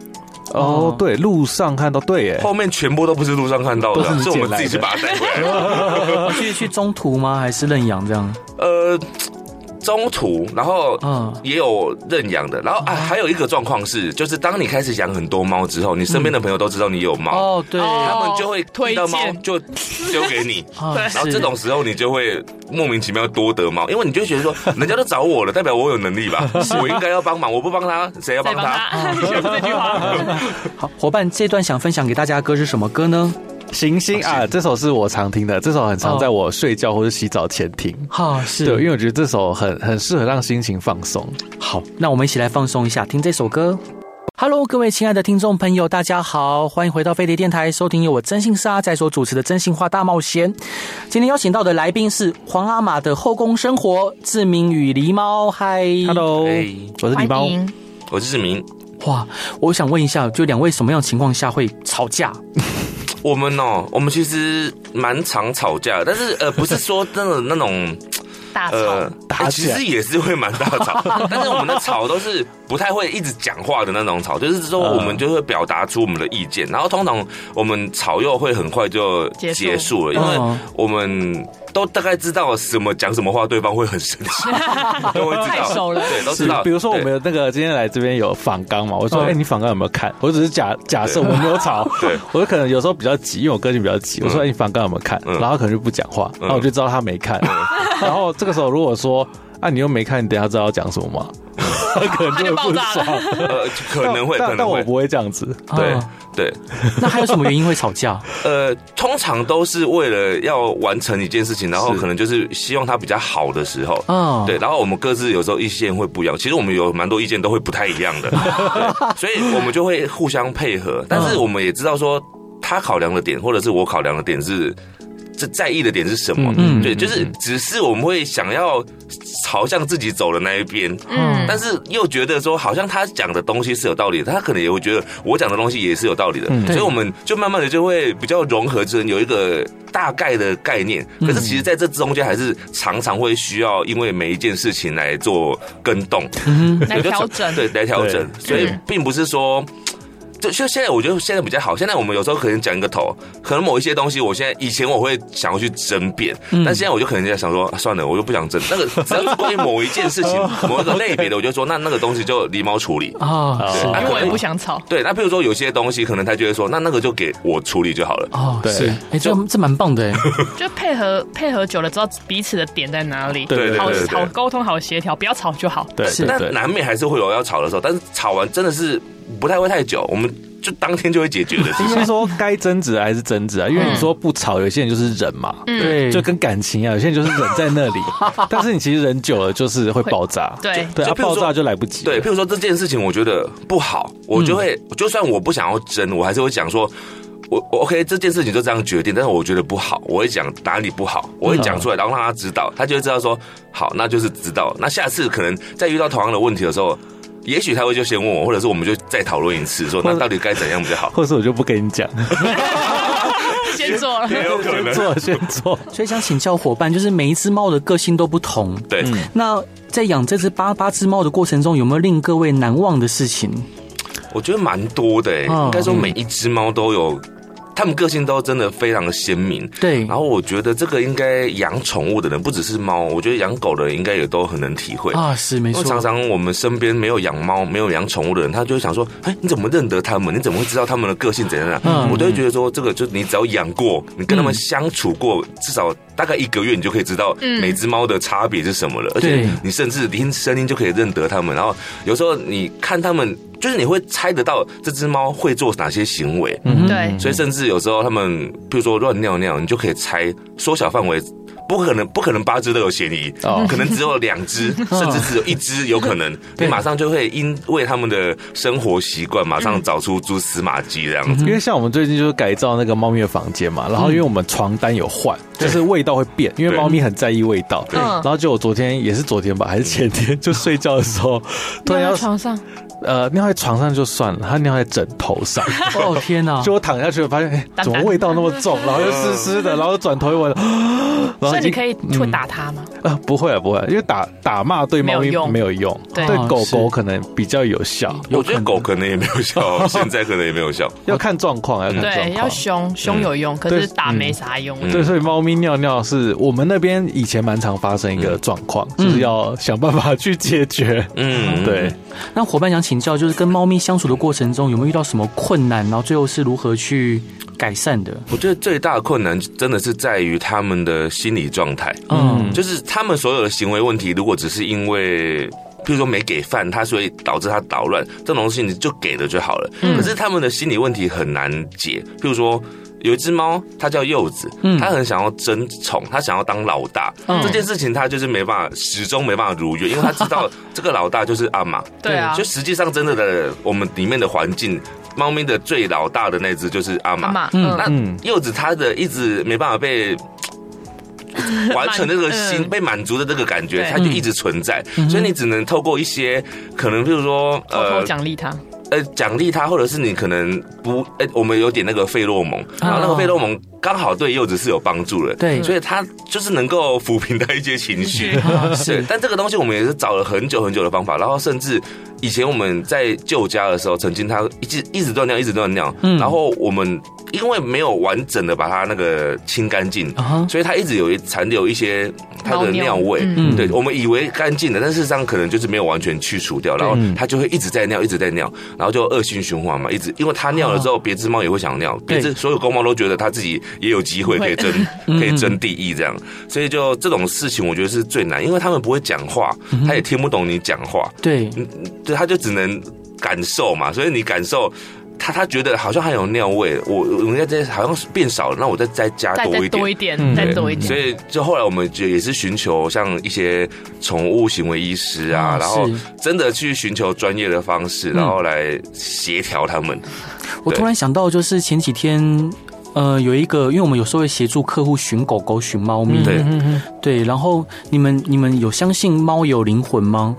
Speaker 3: 哦，对，路上看到，对，耶，
Speaker 2: 后面全部都不是路上看到的
Speaker 3: 都
Speaker 2: 啊，
Speaker 3: 是
Speaker 2: 是我
Speaker 3: 捡
Speaker 2: 们
Speaker 3: 来
Speaker 2: 自己去
Speaker 3: 的
Speaker 2: 把它带回来的。
Speaker 1: 去去中途吗？还是认养这样？
Speaker 2: 呃，中途，然后
Speaker 1: 嗯，
Speaker 2: 也有认养的，然后
Speaker 3: 嗯
Speaker 2: 啊，还有一个状况是，就是当你开始养很多猫之后，你身边的朋友都知道你有猫，
Speaker 3: 嗯
Speaker 1: 哦，对，
Speaker 4: 哦
Speaker 2: 他们就会
Speaker 4: 推
Speaker 2: 遇
Speaker 3: 哦
Speaker 2: 到猫
Speaker 4: 荐
Speaker 2: 就丢给 你。
Speaker 1: 啊
Speaker 4: 对
Speaker 2: 然后这种时候你就会莫名其妙多得猫，因为你就会觉得 说，人家都找我了，代表我有能力吧，我应该要帮忙，我不帮他，谁要
Speaker 4: 再
Speaker 2: 帮
Speaker 4: 帮
Speaker 2: 他？
Speaker 4: 他全部这句 话，
Speaker 1: 好伙伴，这段想分享给大家的歌是什么歌呢？
Speaker 3: 行星啊，这首是我常听的，这首很常
Speaker 1: 哦
Speaker 3: 在我睡觉或者洗澡前听。
Speaker 1: 哈，是
Speaker 3: 对，因为我觉得这首很很适合让心情放松。
Speaker 1: 好，那我们一起来放松一下，听这首歌。Hello，各位亲爱的听众朋友，大家好，欢迎回到飞碟电台，收听由我真心沙在所主持的《真心话大冒险》。今天邀请到的来宾是皇阿玛的后宫生活志明与狸猫。嗨
Speaker 3: Hello，
Speaker 2: 哎
Speaker 3: 我是狸
Speaker 4: 欢
Speaker 3: 猫，
Speaker 4: 迎。
Speaker 2: 我是志明，
Speaker 1: 哇，我想问一下，就两位什么样的情况下会吵架？
Speaker 2: 我们哦，我们其实蛮常吵架，但是呃，不是说真的那种
Speaker 4: 大吵。
Speaker 2: 呃，
Speaker 3: 打
Speaker 2: 哎
Speaker 3: 起
Speaker 2: 其
Speaker 3: 来
Speaker 2: 实也是会蛮大 吵，但是我们的吵都是不太会一直讲话的那种吵，就是说我们就会表达出我们的意见，然后通常我们吵又会很快就
Speaker 4: 结束
Speaker 2: 结束了，因为
Speaker 1: 嗯
Speaker 2: 我们。都大概知道什么讲什么话，对方会很生气，都会知道，
Speaker 4: 太熟了
Speaker 2: 对，都
Speaker 3: 是
Speaker 2: 知道。，
Speaker 3: 比如说我
Speaker 2: 对
Speaker 3: 们有那个今天来这边有访纲嘛，我说，
Speaker 1: 嗯
Speaker 3: 哎、你访纲有没有看？我只是假假设我没有吵，
Speaker 2: 对，
Speaker 3: 我就可能有时候比较急，因为我个性比较急，我说，
Speaker 2: 嗯
Speaker 3: 哎、你访纲有没有看？
Speaker 2: 嗯
Speaker 3: 然后他可能就不讲话，然后我就知道他没看。然后这个时候如果说，啊，你又没看，你等一下知道要讲什么吗？他可能
Speaker 4: 他
Speaker 3: 就会
Speaker 4: 就爆
Speaker 3: 不
Speaker 4: 炸了
Speaker 3: 爽，
Speaker 2: 呃，嗯可能会，
Speaker 3: 但
Speaker 2: 可
Speaker 3: 但
Speaker 2: 能
Speaker 3: 我
Speaker 2: 会，
Speaker 3: 不会嗯这样子。
Speaker 2: 对
Speaker 1: 啊
Speaker 2: 对，
Speaker 1: 那还有什么原因会吵架？
Speaker 2: 呃，通常都是为了要完成一件事情，然后
Speaker 3: 是
Speaker 2: 可能就是希望它比较好的时候。
Speaker 1: 嗯，
Speaker 2: 对，，然后我们各自有时候意见会不一样，其实我们有蛮多意见都会不太一样的，对，所以我们就会互相配合。但是我们也知道说，他考量的点或者是我考量的点是，这在意的点是什么？
Speaker 1: 嗯
Speaker 2: 对，就是只是我们会想要朝向自己走的那一边，
Speaker 4: 嗯，
Speaker 2: 但是又觉得说，好像他讲的东西是有道理的，他可能也会觉得我讲的东西也是有道理的，
Speaker 3: 嗯
Speaker 2: 所以我们就慢慢的就会比较融合成有一个大概的概念。可是其实在这中间还是常常会需要因为每一件事情来做跟动，
Speaker 1: 嗯哼，
Speaker 4: 来调整，嗯
Speaker 2: 对，来调整。所以并不是说。就就现在，我觉得现在比较好。现在我们有时候可能讲一个头，可能某一些东西，我现在以前我会想要去争辩，
Speaker 1: 嗯
Speaker 2: 但现在我就可能在想说，啊算了，我就不想争。那个只要是关于某一件事情、
Speaker 4: 哦
Speaker 2: 某一个类别的，我就说那那个东西就狸猫处理。
Speaker 1: 啊，
Speaker 3: 对
Speaker 1: 是
Speaker 2: 啊
Speaker 4: 因为我也不想吵。
Speaker 2: 对，那譬如说有些东西，可能他就会说，那那个就给我处理就好了。
Speaker 1: 哦，
Speaker 3: 对
Speaker 1: 是，哎，这这蛮棒的哎，
Speaker 4: 就配合配合久了，知道彼此的点在哪里，
Speaker 3: 对对
Speaker 4: 好
Speaker 2: 对对对
Speaker 4: 好沟通，好协调，不要吵就好。
Speaker 3: 对
Speaker 1: 是
Speaker 3: 对
Speaker 2: 那
Speaker 3: 对，
Speaker 2: 难免还是会有要吵的时候，但是吵完真的是不太会太久，我们就当天就会解决的事
Speaker 3: 应
Speaker 2: 情。
Speaker 3: 该说该争执还是争执啊，因为你
Speaker 4: 嗯
Speaker 3: 说不吵，有些人就是忍嘛，
Speaker 1: 对，
Speaker 3: 就跟感情一样，有些人就是忍在那 里，但是你其实忍久了就是会爆炸，
Speaker 4: 对
Speaker 3: 对，
Speaker 2: 就
Speaker 3: 啊
Speaker 2: 譬如
Speaker 3: 爆
Speaker 2: 说
Speaker 3: 炸就来不及了，
Speaker 2: 对，譬如说这件事情，我觉得不好，我就会、就算我不想要争，我还是会讲说。我我 OK，这件事情就这样决定，但是我觉得不好，我会讲哪里不好，我会讲出来，然后让他知道，他就会知道说，好，那就是知道。那下次可能再遇到同样的问题的时候，也许他会就先问我，或者是我们就再讨论一次，说那到底该怎样比较好？
Speaker 3: 或者是我就不跟你讲，
Speaker 4: 先做 了，
Speaker 2: 也有可能
Speaker 3: 先，做先做。
Speaker 1: 所以想请教伙伴，就是每一只猫的个性都不同，
Speaker 2: 对。
Speaker 1: 那在养这只八八只猫的过程中，有没有令各位难忘的事情？
Speaker 2: 我觉得蛮多的、欸，
Speaker 1: 嗯
Speaker 2: 应该说每一只猫都有，它们个性都真的非常的鲜明。
Speaker 1: 对
Speaker 2: 然后我觉得这个应该养宠物的人不只是猫，我觉得养狗的人应该也都很能体会。
Speaker 1: 啊，是没
Speaker 2: 因为
Speaker 1: 错，
Speaker 2: 常常我们身边没有养猫、没有养宠物的人，他就会想说：“哎、你怎么认得他们？你怎么会知道他们的个性怎样啊？”
Speaker 1: 嗯
Speaker 2: 我都会觉得说，这个就你只要养过，你跟他们相处过，至少大概一个月，你就可以知道
Speaker 4: 嗯
Speaker 2: 每只猫的差别是什么了。而
Speaker 1: 嗯对
Speaker 2: 且你甚至听声音就可以认得它们。然后有时候你看它们，就是你会猜得到这只猫会做哪些行为。
Speaker 1: 嗯
Speaker 4: 对
Speaker 2: 所以甚至有时候他们，比如说乱尿尿，你就可以猜缩小范围，不可能不可能八只都有嫌疑，
Speaker 3: 哦
Speaker 2: 可能只有两只，甚至只有一只有可能，
Speaker 1: 对
Speaker 2: 你马上就会因为他们的生活习惯，马上找出蛛丝马迹这样子。
Speaker 3: 嗯因为像我们最近就是改造那个猫咪的房间
Speaker 4: 嗯
Speaker 3: 嘛，然后因为我们床单有换，就是味道会变，因为
Speaker 2: 对
Speaker 3: 猫咪很在意味道。
Speaker 4: 嗯
Speaker 2: 对
Speaker 3: 然后就我昨天也是昨天吧，还是前天，就睡觉的时候，突然
Speaker 4: 嗯在
Speaker 3: 要
Speaker 4: 床上，
Speaker 3: 呃尿在床上就算了，它尿在枕头上，
Speaker 4: 嗯
Speaker 1: 哦天哪，
Speaker 3: 就我躺下去发现，哎、
Speaker 4: 淡淡
Speaker 3: 怎么味道那么重，然后又湿 湿的，然后转头 一闻，然后
Speaker 4: 所
Speaker 3: 已
Speaker 4: 以你
Speaker 3: 经
Speaker 4: 可以会打他吗？
Speaker 3: 啊，不会啊，不会啊，因为打打骂对猫
Speaker 4: 没
Speaker 3: 咪
Speaker 4: 有用
Speaker 3: 没有用，
Speaker 4: 对
Speaker 3: 对
Speaker 1: 哦
Speaker 3: 狗
Speaker 1: 是
Speaker 3: 狗可能比较有效，
Speaker 2: 我觉得狗可能也没有效，现在可能也没有效。
Speaker 3: 要看状况，要看
Speaker 4: 对，
Speaker 3: 状
Speaker 4: 要
Speaker 3: 况。
Speaker 4: 凶，凶有用，可
Speaker 3: 对
Speaker 4: 是打没啥用。
Speaker 2: 嗯
Speaker 3: 对，所以猫咪尿尿是我们那边以前蛮常发生一个状况，就是要想办法去解决。
Speaker 2: 嗯，
Speaker 3: 对，
Speaker 1: 那伙伴想请教，就是跟猫咪相处的过程中，有没有遇到什么困难？然后最后是如何去改善的？
Speaker 2: 我觉得最大的困难真的是在于他们的心理状态。
Speaker 1: 嗯，
Speaker 2: 就是他们所有的行为问题，如果只是因为。譬如说没给饭，他所以导致他捣乱，这种东西你就给了就好了。
Speaker 1: 嗯
Speaker 2: 可是他们的心理问题很难解。譬如说，有一只猫，它叫柚子，
Speaker 1: 嗯
Speaker 2: 它很想要争宠，它想要当老大。
Speaker 1: 嗯
Speaker 2: 这件事情它就是没办法，始终没办法如愿，因为它知道这个老大就是阿玛。
Speaker 4: 对啊
Speaker 2: 就，实际上真的的，我们里面的环境，猫咪的最老大的那只就是阿玛
Speaker 4: 干。嘛？
Speaker 1: 嗯
Speaker 2: 那
Speaker 4: 嗯，
Speaker 3: 嗯
Speaker 2: 柚子它的一直没办法被完成那个心、
Speaker 4: 嗯
Speaker 2: 被满足的这个感觉，
Speaker 4: 对
Speaker 2: 它就一直存在，所以你只能透过一些可能，比如说
Speaker 4: 偷偷奖励他，
Speaker 2: 呃奖励它，或者是你可能不呃，我们有点那个费洛蒙，然后那个费洛蒙刚好对柚子是有帮助的，
Speaker 1: 对
Speaker 2: 所以它就是能够抚平它一些情绪。
Speaker 1: 是
Speaker 2: 对，但这个东西我们也是找了很久很久的方法，然后甚至以前我们在旧家的时候，曾经它一直一直断尿，一直断尿，
Speaker 1: 嗯
Speaker 2: 然后我们因为没有完整的把它那个清干净，
Speaker 1: 啊哈，
Speaker 2: 所以它一直有一残留一些它
Speaker 4: 猫
Speaker 2: 的
Speaker 4: 尿
Speaker 2: 尿味，
Speaker 4: 嗯
Speaker 2: 对我们以为干净的，但事实上可能就是没有完全去除掉，然后
Speaker 4: 嗯
Speaker 2: 它就会一直在尿，一直在尿，然后就恶性循环嘛，一直因为它尿了之后，别只猫也会想尿，
Speaker 1: 对
Speaker 2: 别只所有公猫都觉得它自己也有机会可以争，
Speaker 4: 嗯
Speaker 2: 可以争第一这样，所以就这种事情我觉得是最难，因为他们不会讲话，
Speaker 4: 嗯
Speaker 2: 它也听不懂你讲话，
Speaker 1: 对，
Speaker 2: 对，它就只能感受嘛，所以你感受。它它觉得好像还有尿味，我我应该再好像是变少了，那我再再加
Speaker 4: 再
Speaker 2: 多
Speaker 4: 再
Speaker 2: 一点
Speaker 4: 多，一点
Speaker 3: 嗯，
Speaker 4: 再多一点
Speaker 2: 所。以就后来我们就也是寻求像一些宠物行为医师啊，
Speaker 1: 嗯
Speaker 2: 然后
Speaker 1: 是
Speaker 2: 真的去寻求专业的方式，然后来协调他们。
Speaker 1: 我突然想到，就是前几天。呃，有一个，因为我们有时候会协助客户寻狗狗、寻猫
Speaker 4: 嗯
Speaker 1: 咪，
Speaker 2: 对
Speaker 1: 对然后你们你们有相信猫有灵魂吗？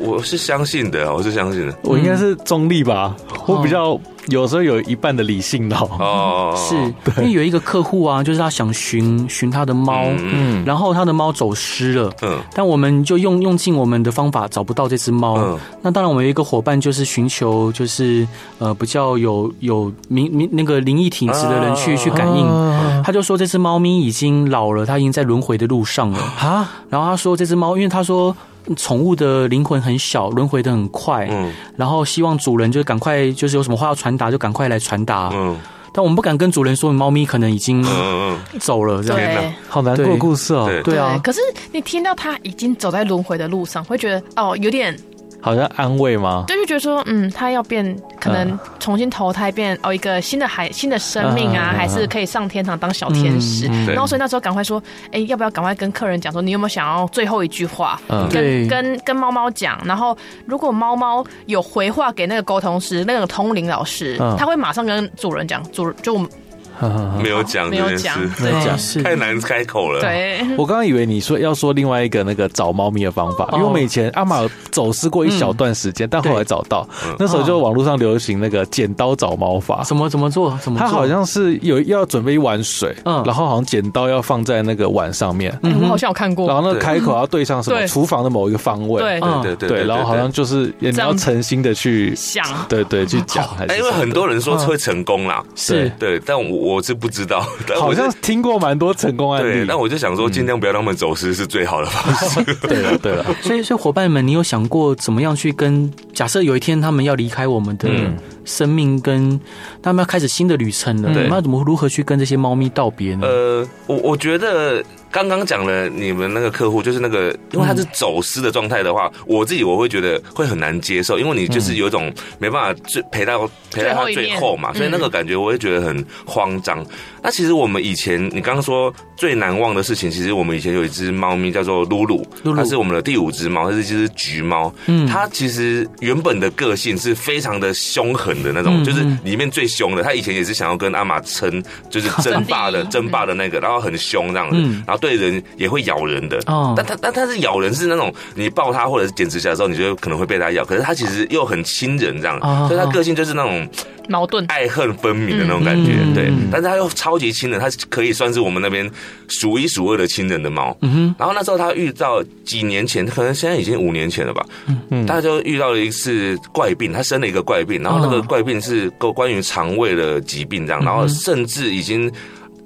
Speaker 2: 我是相信的，我是相信的。
Speaker 3: 我应该是中立吧，
Speaker 4: 嗯
Speaker 3: 我比较有时候有一半的理性脑。
Speaker 2: 哦，
Speaker 1: 是因为有一个客户啊，就是他想寻寻他的猫，
Speaker 2: 嗯
Speaker 3: 嗯，
Speaker 1: 然后他的猫走失了，
Speaker 2: 嗯
Speaker 1: 但我们就用用尽我们的方法找不到这只猫。
Speaker 2: 嗯
Speaker 1: 那当然，我们有一个伙伴就是寻求就是呃比较有有灵灵那个灵异体质的人去、
Speaker 2: 啊
Speaker 1: 去感应。
Speaker 3: 啊
Speaker 1: 他就说这只猫咪已经老了，它已经在轮回的路上
Speaker 2: 嗯
Speaker 1: 了。
Speaker 3: 啊，
Speaker 1: 然后他说这只猫，因为他说宠物的灵魂很小，轮回的很快，
Speaker 2: 嗯
Speaker 1: 然后希望主人就赶快就是有什么话要传达就赶快来传达。
Speaker 2: 嗯
Speaker 1: 但我们不敢跟主人说猫咪可能已经
Speaker 2: 嗯
Speaker 1: 走了这样。
Speaker 2: 天
Speaker 4: 对
Speaker 2: 哪
Speaker 3: 好难过的故事哦，
Speaker 2: 对
Speaker 1: 啊对啊，
Speaker 4: 可是你听到他已经走在轮回的路上，会觉得哦，有点，
Speaker 3: 好像安慰吗？
Speaker 4: 就就觉得说，嗯，他要变，可
Speaker 3: 嗯
Speaker 4: 能重新投胎变哦一个新的孩，新的生命啊，
Speaker 3: 嗯嗯嗯
Speaker 4: 还是可以上天堂当小天使。
Speaker 1: 嗯
Speaker 2: 对
Speaker 4: 然后所以那时候赶快说，哎，要不要赶快跟客人讲说，你有没有想要最后一句话？
Speaker 3: 嗯
Speaker 1: 对
Speaker 4: 跟跟跟猫猫讲，然后如果猫猫有回话给那个沟通师、那个通灵老师，
Speaker 3: 嗯
Speaker 4: 他会马上跟主人讲，主就我们
Speaker 3: 嗯
Speaker 2: 没有讲
Speaker 4: 没
Speaker 2: 这
Speaker 4: 有
Speaker 2: 件
Speaker 4: 讲
Speaker 2: 事，
Speaker 3: 没有讲
Speaker 1: 对啊是
Speaker 2: 太难开口了。，
Speaker 4: 对，哎
Speaker 3: 我刚刚以为你说要说另外一个那个找猫咪的方法，因为我们以前阿玛有走失过一小段时间，但后来找到
Speaker 2: 嗯，
Speaker 3: 那时候就网络上流行那个剪刀找猫法。
Speaker 1: 怎么怎么做？怎么做？
Speaker 3: 它好像是有要准备一碗水，
Speaker 1: 嗯
Speaker 3: 然后好像剪刀要放在那个碗上面，
Speaker 4: 哎我好像有看过，
Speaker 3: 嗯然后那个开口要对上什么
Speaker 4: 对
Speaker 3: 厨房的某一个方位，
Speaker 4: 对，
Speaker 1: 嗯
Speaker 2: 对对
Speaker 3: 对，然后好像。就是你
Speaker 4: 这
Speaker 3: 要
Speaker 4: 样
Speaker 3: 诚心的去，
Speaker 4: 想
Speaker 3: 对对，去 讲，还是
Speaker 2: 哎，因为
Speaker 3: 什么
Speaker 2: 很
Speaker 3: 的
Speaker 2: 多人说会成功啦，
Speaker 1: 是
Speaker 2: 对，但我我是不知道， 但我
Speaker 3: 好
Speaker 2: 是
Speaker 3: 像听过蛮多成功案
Speaker 2: 对，
Speaker 3: 例。
Speaker 2: 那我就想说，尽量不要让他们走失是最好的方式。
Speaker 3: 对了对了，
Speaker 1: 所以，所以伙伴们，你有想过怎么样去跟？假设有一天他们要离开我们的
Speaker 2: 嗯
Speaker 1: 生命跟，他们要开始新的旅程了，
Speaker 3: 对
Speaker 1: 我们要怎么如何去跟这些猫咪道别呢？
Speaker 2: 呃，我我觉得刚刚讲了你们那个客户，就是那个，
Speaker 1: 嗯
Speaker 2: 因为他是走失的状态的话，我自己我会觉得会很难接受，因为你
Speaker 1: 嗯
Speaker 2: 就是有一种没办法最陪到陪到他最后嘛，
Speaker 4: 最
Speaker 2: 所
Speaker 4: 后一面
Speaker 2: 以那
Speaker 1: 嗯
Speaker 2: 个感觉我会觉得很慌张。那其实我们以前你刚刚说最难忘的事情，其实我们以前有一只猫咪叫做露露
Speaker 1: 露，露
Speaker 2: 它是我们的第五只猫，它是一只橘猫。
Speaker 1: 嗯
Speaker 2: 它其实原本的个性是非常的凶狠的那
Speaker 1: 嗯
Speaker 2: 种，就是
Speaker 1: 嗯
Speaker 2: 里面最凶的。它以前也是想要跟阿玛争， 就是争霸的
Speaker 4: 争第一
Speaker 2: 争霸的那个，然后很凶这样子
Speaker 1: 嗯，
Speaker 2: 然后对人也会咬人的。
Speaker 1: 哦
Speaker 2: 但它但它是咬人是那种你抱它或者是剪指甲的时候，你就可能会被它咬，可是它其实又很亲人这样
Speaker 1: 哦，
Speaker 2: 所以它个性就是那种
Speaker 4: 矛盾，
Speaker 2: 爱恨分明的那种感觉。
Speaker 1: 嗯
Speaker 2: 对
Speaker 1: 嗯，
Speaker 2: 但是它又超级亲人，它可以算是我们那边数一数二的亲人的猫。
Speaker 1: 嗯
Speaker 2: 然后那时候他遇到几年前，可能现在已经五年前了吧，嗯，他就遇到了一次怪病，他生了一个怪病，然后那个
Speaker 1: 嗯
Speaker 2: 怪病是关关于肠胃的疾病这样，然后甚至已经。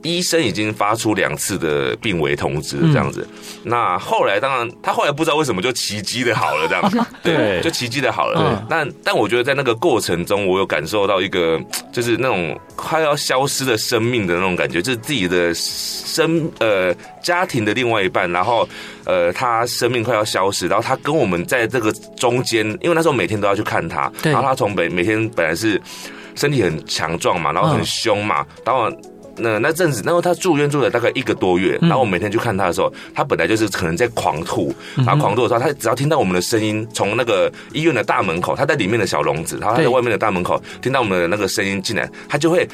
Speaker 2: 医生已经发出两次的病危通知，这样子。那后来当然，他后来不知道为什么就奇迹的好了，这样
Speaker 3: 对
Speaker 2: 就奇迹的好
Speaker 1: 嗯
Speaker 2: 了。那但我觉得在那个过程中，我有感受到一个就是那种快要消失的生命的那种感觉，就是自己的生呃家庭的另外一半，然后呃他生命快要消失，然后他跟我们在这个中间，因为那时候每天都要去看他，
Speaker 1: 对
Speaker 2: 然后他从每每天本来是身体很强壮嘛，然后
Speaker 1: 嗯
Speaker 2: 很凶嘛，然后。那那阵子，然后他住院住了大概一个多月，
Speaker 1: 嗯
Speaker 2: 然后我每天去看他的时候，他本来就是可能在狂吐，
Speaker 1: 嗯
Speaker 2: 然后狂吐的时候，他只要听到我们的声音，从那个医院的大门口，他在里面的小笼子，然后他
Speaker 1: 对
Speaker 2: 在外面的大门口听到我们的那个声音进来，他就会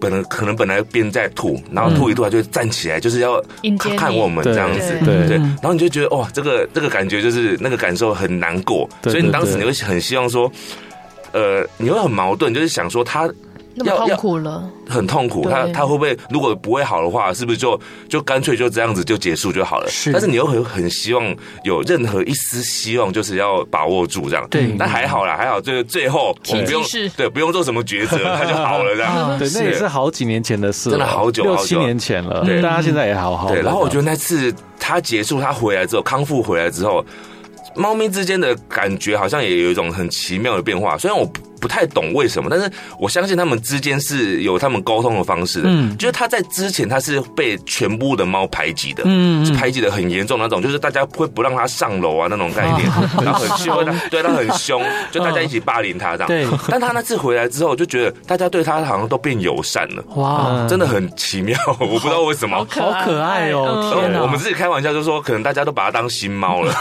Speaker 2: 本来可能本来边在吐，然后吐一吐，他就会站起来，就是要
Speaker 4: 迎嗯接
Speaker 2: 看
Speaker 4: 你
Speaker 2: 看我们
Speaker 3: 对
Speaker 2: 这样子，
Speaker 3: 对
Speaker 2: 对，
Speaker 1: 嗯
Speaker 2: 然后你就觉哦得哇，这个这个感觉就是那个感受很难过，
Speaker 3: 对
Speaker 2: 所以你当时
Speaker 3: 对
Speaker 2: 你会很希望说。呃，你会很矛盾，就是想说他
Speaker 4: 那么
Speaker 2: 要
Speaker 4: 痛
Speaker 2: 要
Speaker 4: 苦了，
Speaker 2: 很痛苦，
Speaker 4: 对
Speaker 2: 他他会不会如果不会好的话，是不是就就干脆就这样子就结束就好了？
Speaker 1: 是
Speaker 2: 但是你又很很希望有任何一丝希望，就是要把握住这样。
Speaker 1: 对
Speaker 2: 那还好啦，还好，这个最后我们不用
Speaker 4: 奇迹是
Speaker 2: 对不用做什么抉择，他就好了这样。
Speaker 3: 哦 对，那也是好几年前的事了，
Speaker 2: 真的好久
Speaker 3: 六
Speaker 2: 好
Speaker 3: 七
Speaker 2: 久
Speaker 3: 年前了
Speaker 2: 对，
Speaker 3: 大家现在也
Speaker 1: 哦
Speaker 3: 好好的。
Speaker 2: 对，然后我觉
Speaker 3: 得
Speaker 2: 得那次他结束，他回来之后康复回来之后，猫咪之间的感觉好像也有一种很奇妙的变化。虽然我不不太懂为什么，但是我相信他们之间是有他们沟通的方式的。
Speaker 1: 嗯
Speaker 2: 就是他在之前他是被全部的猫排挤的。
Speaker 1: 嗯
Speaker 2: 是排挤的很严重的那种，就是大家会不让他上楼啊那种概念，
Speaker 1: 哦
Speaker 2: 然后很凶，对他很凶，就大家一起霸凌他这样。
Speaker 1: 嗯对，
Speaker 2: 但他那次回来之后，就觉得大家对他好像都变友善了，
Speaker 1: 哇，
Speaker 2: 呃真的很奇妙，我不知道为什么。
Speaker 1: 好可爱哦
Speaker 4: 嗯
Speaker 1: 天
Speaker 2: 对
Speaker 1: 哪
Speaker 2: 呃我们自己开玩笑就说，可能大家都把它当新猫 了，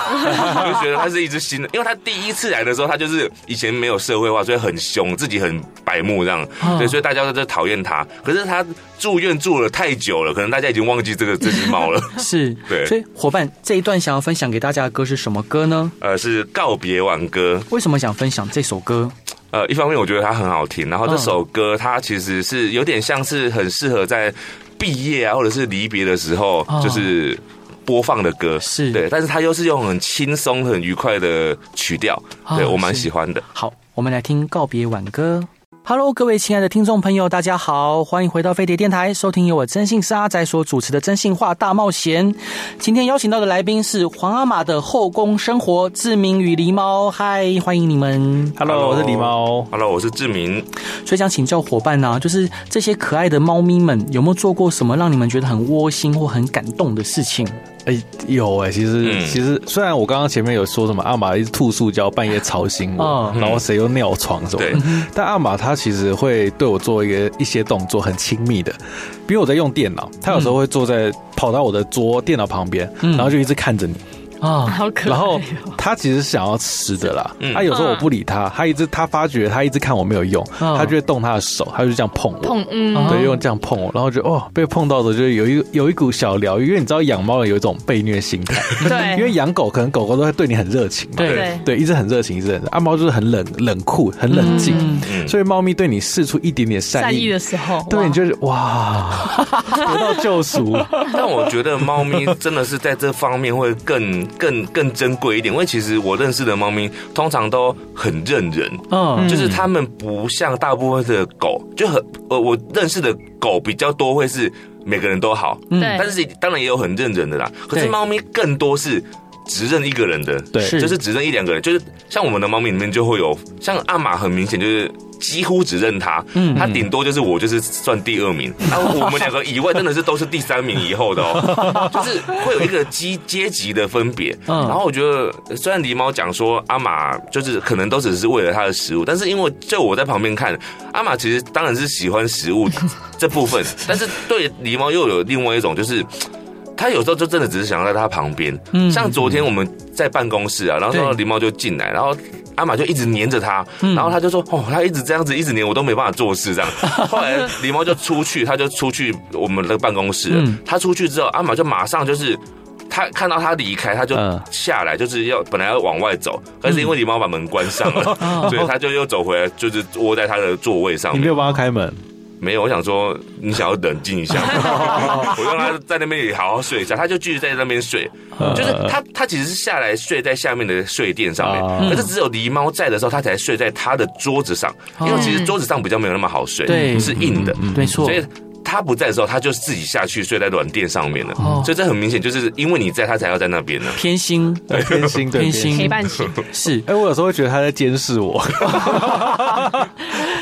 Speaker 2: 就觉得它是一只新的，因为它第一次来的时候，它就是以前没有社会化，所以很凶，自己很白目这样，
Speaker 1: 嗯
Speaker 2: 对，所以大家都在讨厌它。可是它住院住了太久了，可能大家已经忘记这个这只猫了。
Speaker 1: 是，
Speaker 2: 对
Speaker 1: 所以伙伴这一段想要分享给大家的歌是什么歌呢？
Speaker 2: 呃，是告别挽歌，
Speaker 1: 为什么想分享这首歌？
Speaker 2: 呃，一方面我觉得它很好听，然后这
Speaker 1: 嗯
Speaker 2: 首歌它其实是有点像是很适合在毕业啊，或者是离别的时候
Speaker 1: 哦，
Speaker 2: 就是播放的歌，
Speaker 1: 是
Speaker 2: 对，但是它又是用很轻松、很愉快的曲调，
Speaker 1: 哦
Speaker 2: 对我蛮
Speaker 1: 是
Speaker 2: 喜欢的。
Speaker 1: 好，我们来听告别挽歌。Hello，各位亲爱的听众朋友，大家好，欢迎回到飞碟电台，收听由我真性是阿仔所主持的《真性话大冒险》。今天邀请到的来宾是皇阿玛的后宫生活志明与狸猫，嗨，欢迎你们。
Speaker 3: ，Hello，我是狸猫。
Speaker 2: Hello，我是志明。
Speaker 1: 所以想请教伙伴呢、就是这些可爱的猫咪们有没有做过什么让你们觉得很窝心或很感动的事情？
Speaker 3: 哎、有哎、其实、
Speaker 2: 嗯
Speaker 3: 其实虽然我刚刚前面有说什么阿玛一直吐塑胶，半夜吵醒我，
Speaker 1: 嗯
Speaker 3: 然后谁又尿床什么
Speaker 2: 对
Speaker 3: 的，但阿玛他其实会对我做一个一些动作很亲密的，比如我在用电脑，他有时候会坐在、跑到我的桌电脑旁边，
Speaker 1: 嗯
Speaker 3: 然后就一直看着你，
Speaker 1: 啊，
Speaker 4: 好 可爱哦。
Speaker 3: 然后他其实是想要吃的啦，他、
Speaker 2: 嗯
Speaker 3: 有时候我不理他，他一直他发觉他一直看我没有用，
Speaker 1: 嗯
Speaker 3: 他就会动他的手，他就这样碰我，
Speaker 4: 痛，嗯，
Speaker 1: 啊
Speaker 3: 对，用这样碰我，然后就哦，被碰到的就有一有一股小疗愈，因为你知道养猫的有一种被虐心态，
Speaker 4: 对，
Speaker 3: 因为养狗可能狗狗都会对你很热情嘛，
Speaker 1: 对
Speaker 4: 对
Speaker 3: 对，一直很热情，一直很，啊猫就是很冷冷酷，很冷静，
Speaker 2: 嗯
Speaker 3: 所以猫咪对你释出一点点善
Speaker 4: 善
Speaker 3: 意，
Speaker 4: 意的时候，哇
Speaker 3: 对你就是哇，得到救赎，
Speaker 2: 但我觉得猫咪真的是在这方面会更更更珍贵一点，因为其实我认识的猫咪通常都很认人，
Speaker 1: 嗯，
Speaker 2: 就是它们不像大部分的狗，就很呃我认识的狗比较多会是每个人都好，
Speaker 1: 嗯
Speaker 4: 对
Speaker 2: 但是当然也有很认人的啦。可是
Speaker 1: 对
Speaker 2: 猫咪更多是只认一个人的，
Speaker 3: 对，
Speaker 1: 是
Speaker 2: 就是只认一两个人，就是像我们的猫咪里面就会有，像阿玛很明显就是。几乎只认它，
Speaker 1: 嗯
Speaker 2: 它顶多就是我就是算第 二名，然后我们两个以外真的是都是第三名以后的哦， 就是会有一个阶阶级的分别。
Speaker 1: 嗯
Speaker 2: 然后我觉得，虽然狸猫讲说阿玛就是可能都只是为了它的食物，但是因为就我在旁边看，阿玛其实当然是喜欢食物这 部分，但是对狸猫又有另外一种就是。它有时候就真的只是想要在它旁边，
Speaker 1: 嗯
Speaker 2: 像昨天我们在办公室啊，然后
Speaker 1: 对
Speaker 2: 然后狸猫就进来，然后阿玛就一直黏着它，
Speaker 1: 嗯
Speaker 2: 然后他就说哦，他一直这样子一直黏，我都没办法做 事这样。后来狸猫就出去，他就出去我们的办公室了
Speaker 1: 嗯，
Speaker 2: 他出去之后，阿玛就马上就是。他看到他离开，他就
Speaker 3: 嗯
Speaker 2: 下来，就是要本来要往外走，但是
Speaker 1: 嗯
Speaker 2: 因为狸猫把门关上了，
Speaker 1: 哦
Speaker 2: 所以他就又走回来，就是窝在他的座位上
Speaker 3: 你
Speaker 2: 面
Speaker 3: 没。有帮他开门，
Speaker 2: 没有，我想说你想要冷静一下， 我让他在那边也好好睡一下，他就继续在那边睡，就是
Speaker 1: 嗯
Speaker 2: 他他其实是下来睡在下面的睡垫上
Speaker 3: 啊
Speaker 2: 面，可是只有狸猫在的时候，他才睡在他的桌子上，因为其实桌子上比较没有那么好睡，
Speaker 1: 哦对嗯
Speaker 2: 是硬的，
Speaker 1: 没错
Speaker 2: 嗯所，以。他不在的时候，他就自己下去睡在软垫上面了。
Speaker 1: 哦
Speaker 2: 所以这很明显，就是因为你在，他才要在那边呢。
Speaker 1: 偏心
Speaker 3: 对偏心，对
Speaker 1: 偏心
Speaker 4: 陪伴型，
Speaker 1: 是，
Speaker 3: 哎、我有时候会觉得他在监视 我，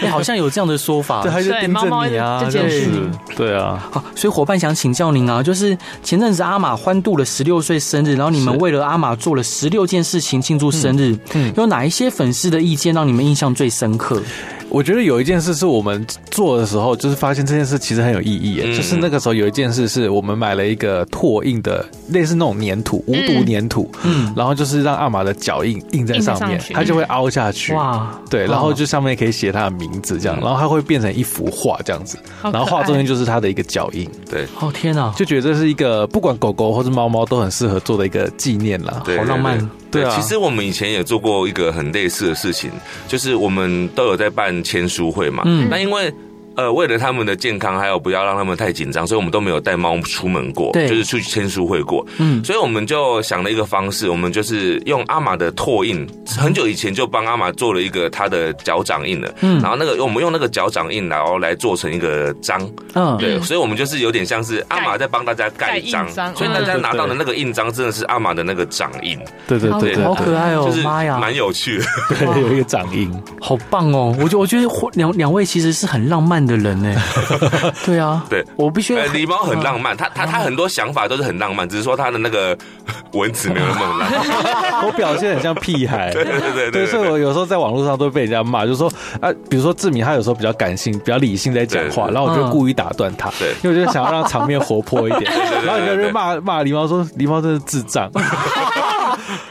Speaker 1: 哎 好像有这样的说法
Speaker 3: 对，。他就
Speaker 4: 对
Speaker 3: 盯
Speaker 4: 猫猫
Speaker 3: 着你啊，
Speaker 4: 就监视
Speaker 3: 这样
Speaker 4: 你
Speaker 3: 子，对啊，
Speaker 1: 好，所以伙伴想请教您啊，就是前阵子阿玛欢度了十六岁生日，然后你们
Speaker 3: 是
Speaker 1: 为了阿玛做了十六件事情庆祝生日，
Speaker 3: 嗯嗯
Speaker 1: 有哪一些粉丝的意见让你们印象最深刻？
Speaker 3: 我觉得有一件事是我们做的时候，就是发现这件事其实很有意义耶。
Speaker 2: 嗯
Speaker 3: 就是那个时候有一件事是我们买了一个拓印的，类似那种粘土，无毒粘土，
Speaker 1: 嗯，
Speaker 3: 然后就是让阿玛的脚印印在上
Speaker 4: 印
Speaker 3: 面
Speaker 4: 上，去
Speaker 3: 它就会凹下去。
Speaker 1: 哇，
Speaker 3: 对，然后就上面可以写他的名字，这样，
Speaker 2: 嗯
Speaker 3: 然后它会变成一幅画这样子，
Speaker 4: 好
Speaker 3: 然
Speaker 4: 可爱
Speaker 3: 后画中间就是它的一个脚印，
Speaker 2: 对，
Speaker 1: 哦天啊，
Speaker 3: 就觉得这是一个不管狗狗或是猫猫都很适合做的一个纪念啦。
Speaker 2: 对
Speaker 1: 好浪漫，
Speaker 3: 对啊
Speaker 2: 其实我们以前也做过一个很类似的事情，就是我们都有在办签书会嘛。
Speaker 1: 嗯
Speaker 2: 那因为。呃，为了他们的健康，还有不要让他们太紧张，所以我们都没有带猫出门过，
Speaker 1: 对
Speaker 2: 就是去签书会过。
Speaker 1: 嗯
Speaker 2: 所以我们就想了一个方式，我们就是用阿玛的拓印，很久以前就帮阿玛做了一个他的脚掌印了。
Speaker 1: 嗯
Speaker 2: 然后那个我们用那个脚掌印，然后来做成一个章，
Speaker 1: 嗯，
Speaker 2: 对，所以我们就是有点像是阿玛在帮大家盖章
Speaker 4: 盖印章，
Speaker 2: 所以大家
Speaker 3: 嗯
Speaker 2: 拿到的那个印章真的是阿玛的那个掌印，
Speaker 3: 对对对对
Speaker 1: 好
Speaker 3: 对
Speaker 1: 可爱哦
Speaker 2: 就，是
Speaker 1: 妈呀，
Speaker 2: 蛮有趣的。
Speaker 3: 对，有一个掌 印，
Speaker 1: 好棒哦！我觉我觉得或两两位其实是很浪漫的人 呢。对啊，
Speaker 2: 对
Speaker 1: 我必须嗯
Speaker 2: 呃，狸猫很浪漫，它它它很多想法都是很浪漫，只是说它的那个文字没有那么浪漫。
Speaker 3: 我表现很像屁孩。
Speaker 2: 对对对
Speaker 3: 对，
Speaker 2: 对
Speaker 3: 所以
Speaker 2: 对。
Speaker 3: 我有时候在网络上都会被人家骂，就是说啊，比如说志明他有时候比较感性、比较理性在讲话，
Speaker 2: 对对
Speaker 3: 然后我就
Speaker 1: 嗯
Speaker 3: 故意打断他，
Speaker 2: 对
Speaker 3: 因为我就想要让场面活泼一点。
Speaker 2: 对对
Speaker 3: 然后人家就会骂骂狸猫说狸猫真是智障，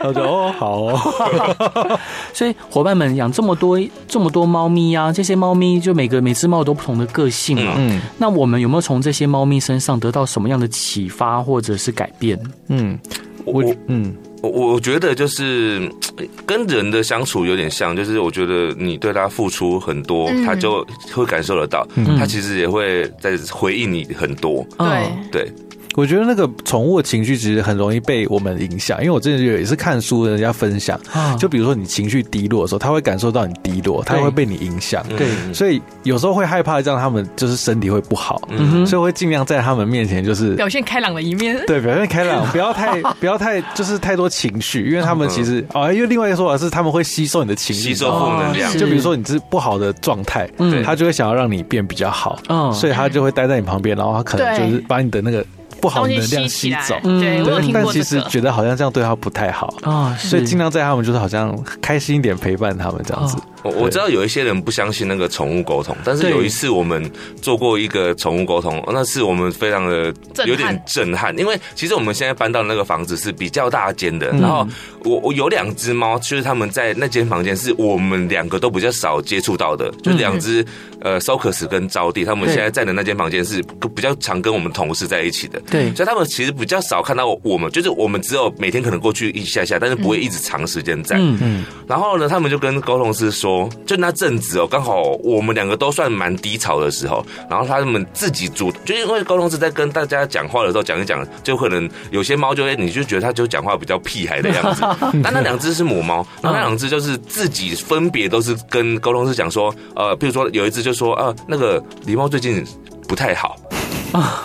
Speaker 3: 然后就哦好哦，
Speaker 1: 所以伙伴们养这么多这么多猫咪啊，这些猫咪就每个每只猫都不同的个性嘛、
Speaker 3: 嗯
Speaker 1: 那我们有没有从这些猫咪身上得到什么样的启发或者是改变？
Speaker 3: 嗯
Speaker 2: 我我
Speaker 3: 嗯
Speaker 2: 我我觉得就是嗯跟人的相处有点像，就是我觉得你对他付出很多，
Speaker 4: 嗯
Speaker 2: 他就会感受得到，
Speaker 3: 嗯
Speaker 2: 他其实也会在回应你很多。
Speaker 1: 嗯，
Speaker 4: 对，
Speaker 2: 对，
Speaker 3: 我觉得那个宠物的情绪其实很容易被我们影响，因为我之前有也是看书人家分享，
Speaker 1: 啊
Speaker 3: 就比如说你情绪低落的时候，它会感受到你低落，它
Speaker 1: 对
Speaker 3: 会被你影响，
Speaker 2: 嗯
Speaker 1: 对
Speaker 3: 所以有时候会害怕让他们就是身体会不好，
Speaker 1: 嗯哼
Speaker 3: 所以我会尽量在他们面前就是
Speaker 4: 表现开朗的一面。
Speaker 3: 对表现开朗，不要太不要太就是太多情绪，因为他们其实啊、因为另外一个说法是他们会吸收你的情绪，
Speaker 2: 吸收负能量
Speaker 1: 哦。是
Speaker 3: 就比如说你是不好的状态，
Speaker 1: 嗯
Speaker 3: 他就会想要让你变比较好，
Speaker 1: 嗯
Speaker 3: 所以他就会待在你旁边，然后他可能就是
Speaker 4: 对
Speaker 3: 把你的那个不好
Speaker 4: 东
Speaker 3: 的
Speaker 4: 西
Speaker 3: 能量
Speaker 4: 吸起来
Speaker 3: 走。，
Speaker 1: 嗯
Speaker 4: 对我有
Speaker 3: 对，
Speaker 4: 听
Speaker 3: 但
Speaker 4: 过
Speaker 3: 其
Speaker 4: 这
Speaker 3: 实
Speaker 4: 个。
Speaker 3: 觉得好像这样对他不太好，
Speaker 1: 啊，是
Speaker 3: 所以尽量在他们就是好像开心一点陪伴他们这样子
Speaker 1: 哦。
Speaker 2: 我我知道有一些人不相信那个宠物沟通，但是
Speaker 1: 对
Speaker 2: 有一次我们做过一个宠物沟通，那次我们非常的
Speaker 4: 震撼
Speaker 2: 有点震撼，因为其实我们现在搬到那个房子是比较大间的，
Speaker 1: 嗯
Speaker 2: 然后我我有两只猫，就是他们在那间房间是我们两个都比较少接触到的，就两只、呃 Socus 跟招娣，他们
Speaker 1: 嗯对
Speaker 2: 现在在的那间房间是比较常跟我们同事在一起的，
Speaker 1: 对
Speaker 2: 所以他们其实比较少看到我们，就是我们只有每天可能过去一下下，但是不会一直长时间在。
Speaker 1: 嗯
Speaker 3: 嗯，
Speaker 2: 然后呢，他们就跟沟通师说，就那阵子哦，刚好我们两个都算蛮低潮的时候，然后他们自己主，就因为沟通师在跟大家讲话的时候讲一讲，就可能有些猫就会，你就觉得它就讲话比较屁孩的样子，但那两只是母猫，然后那两只就是自己分别都是跟沟通师讲说，呃，譬如说有一只就说，呃，那个狸猫最近不太好。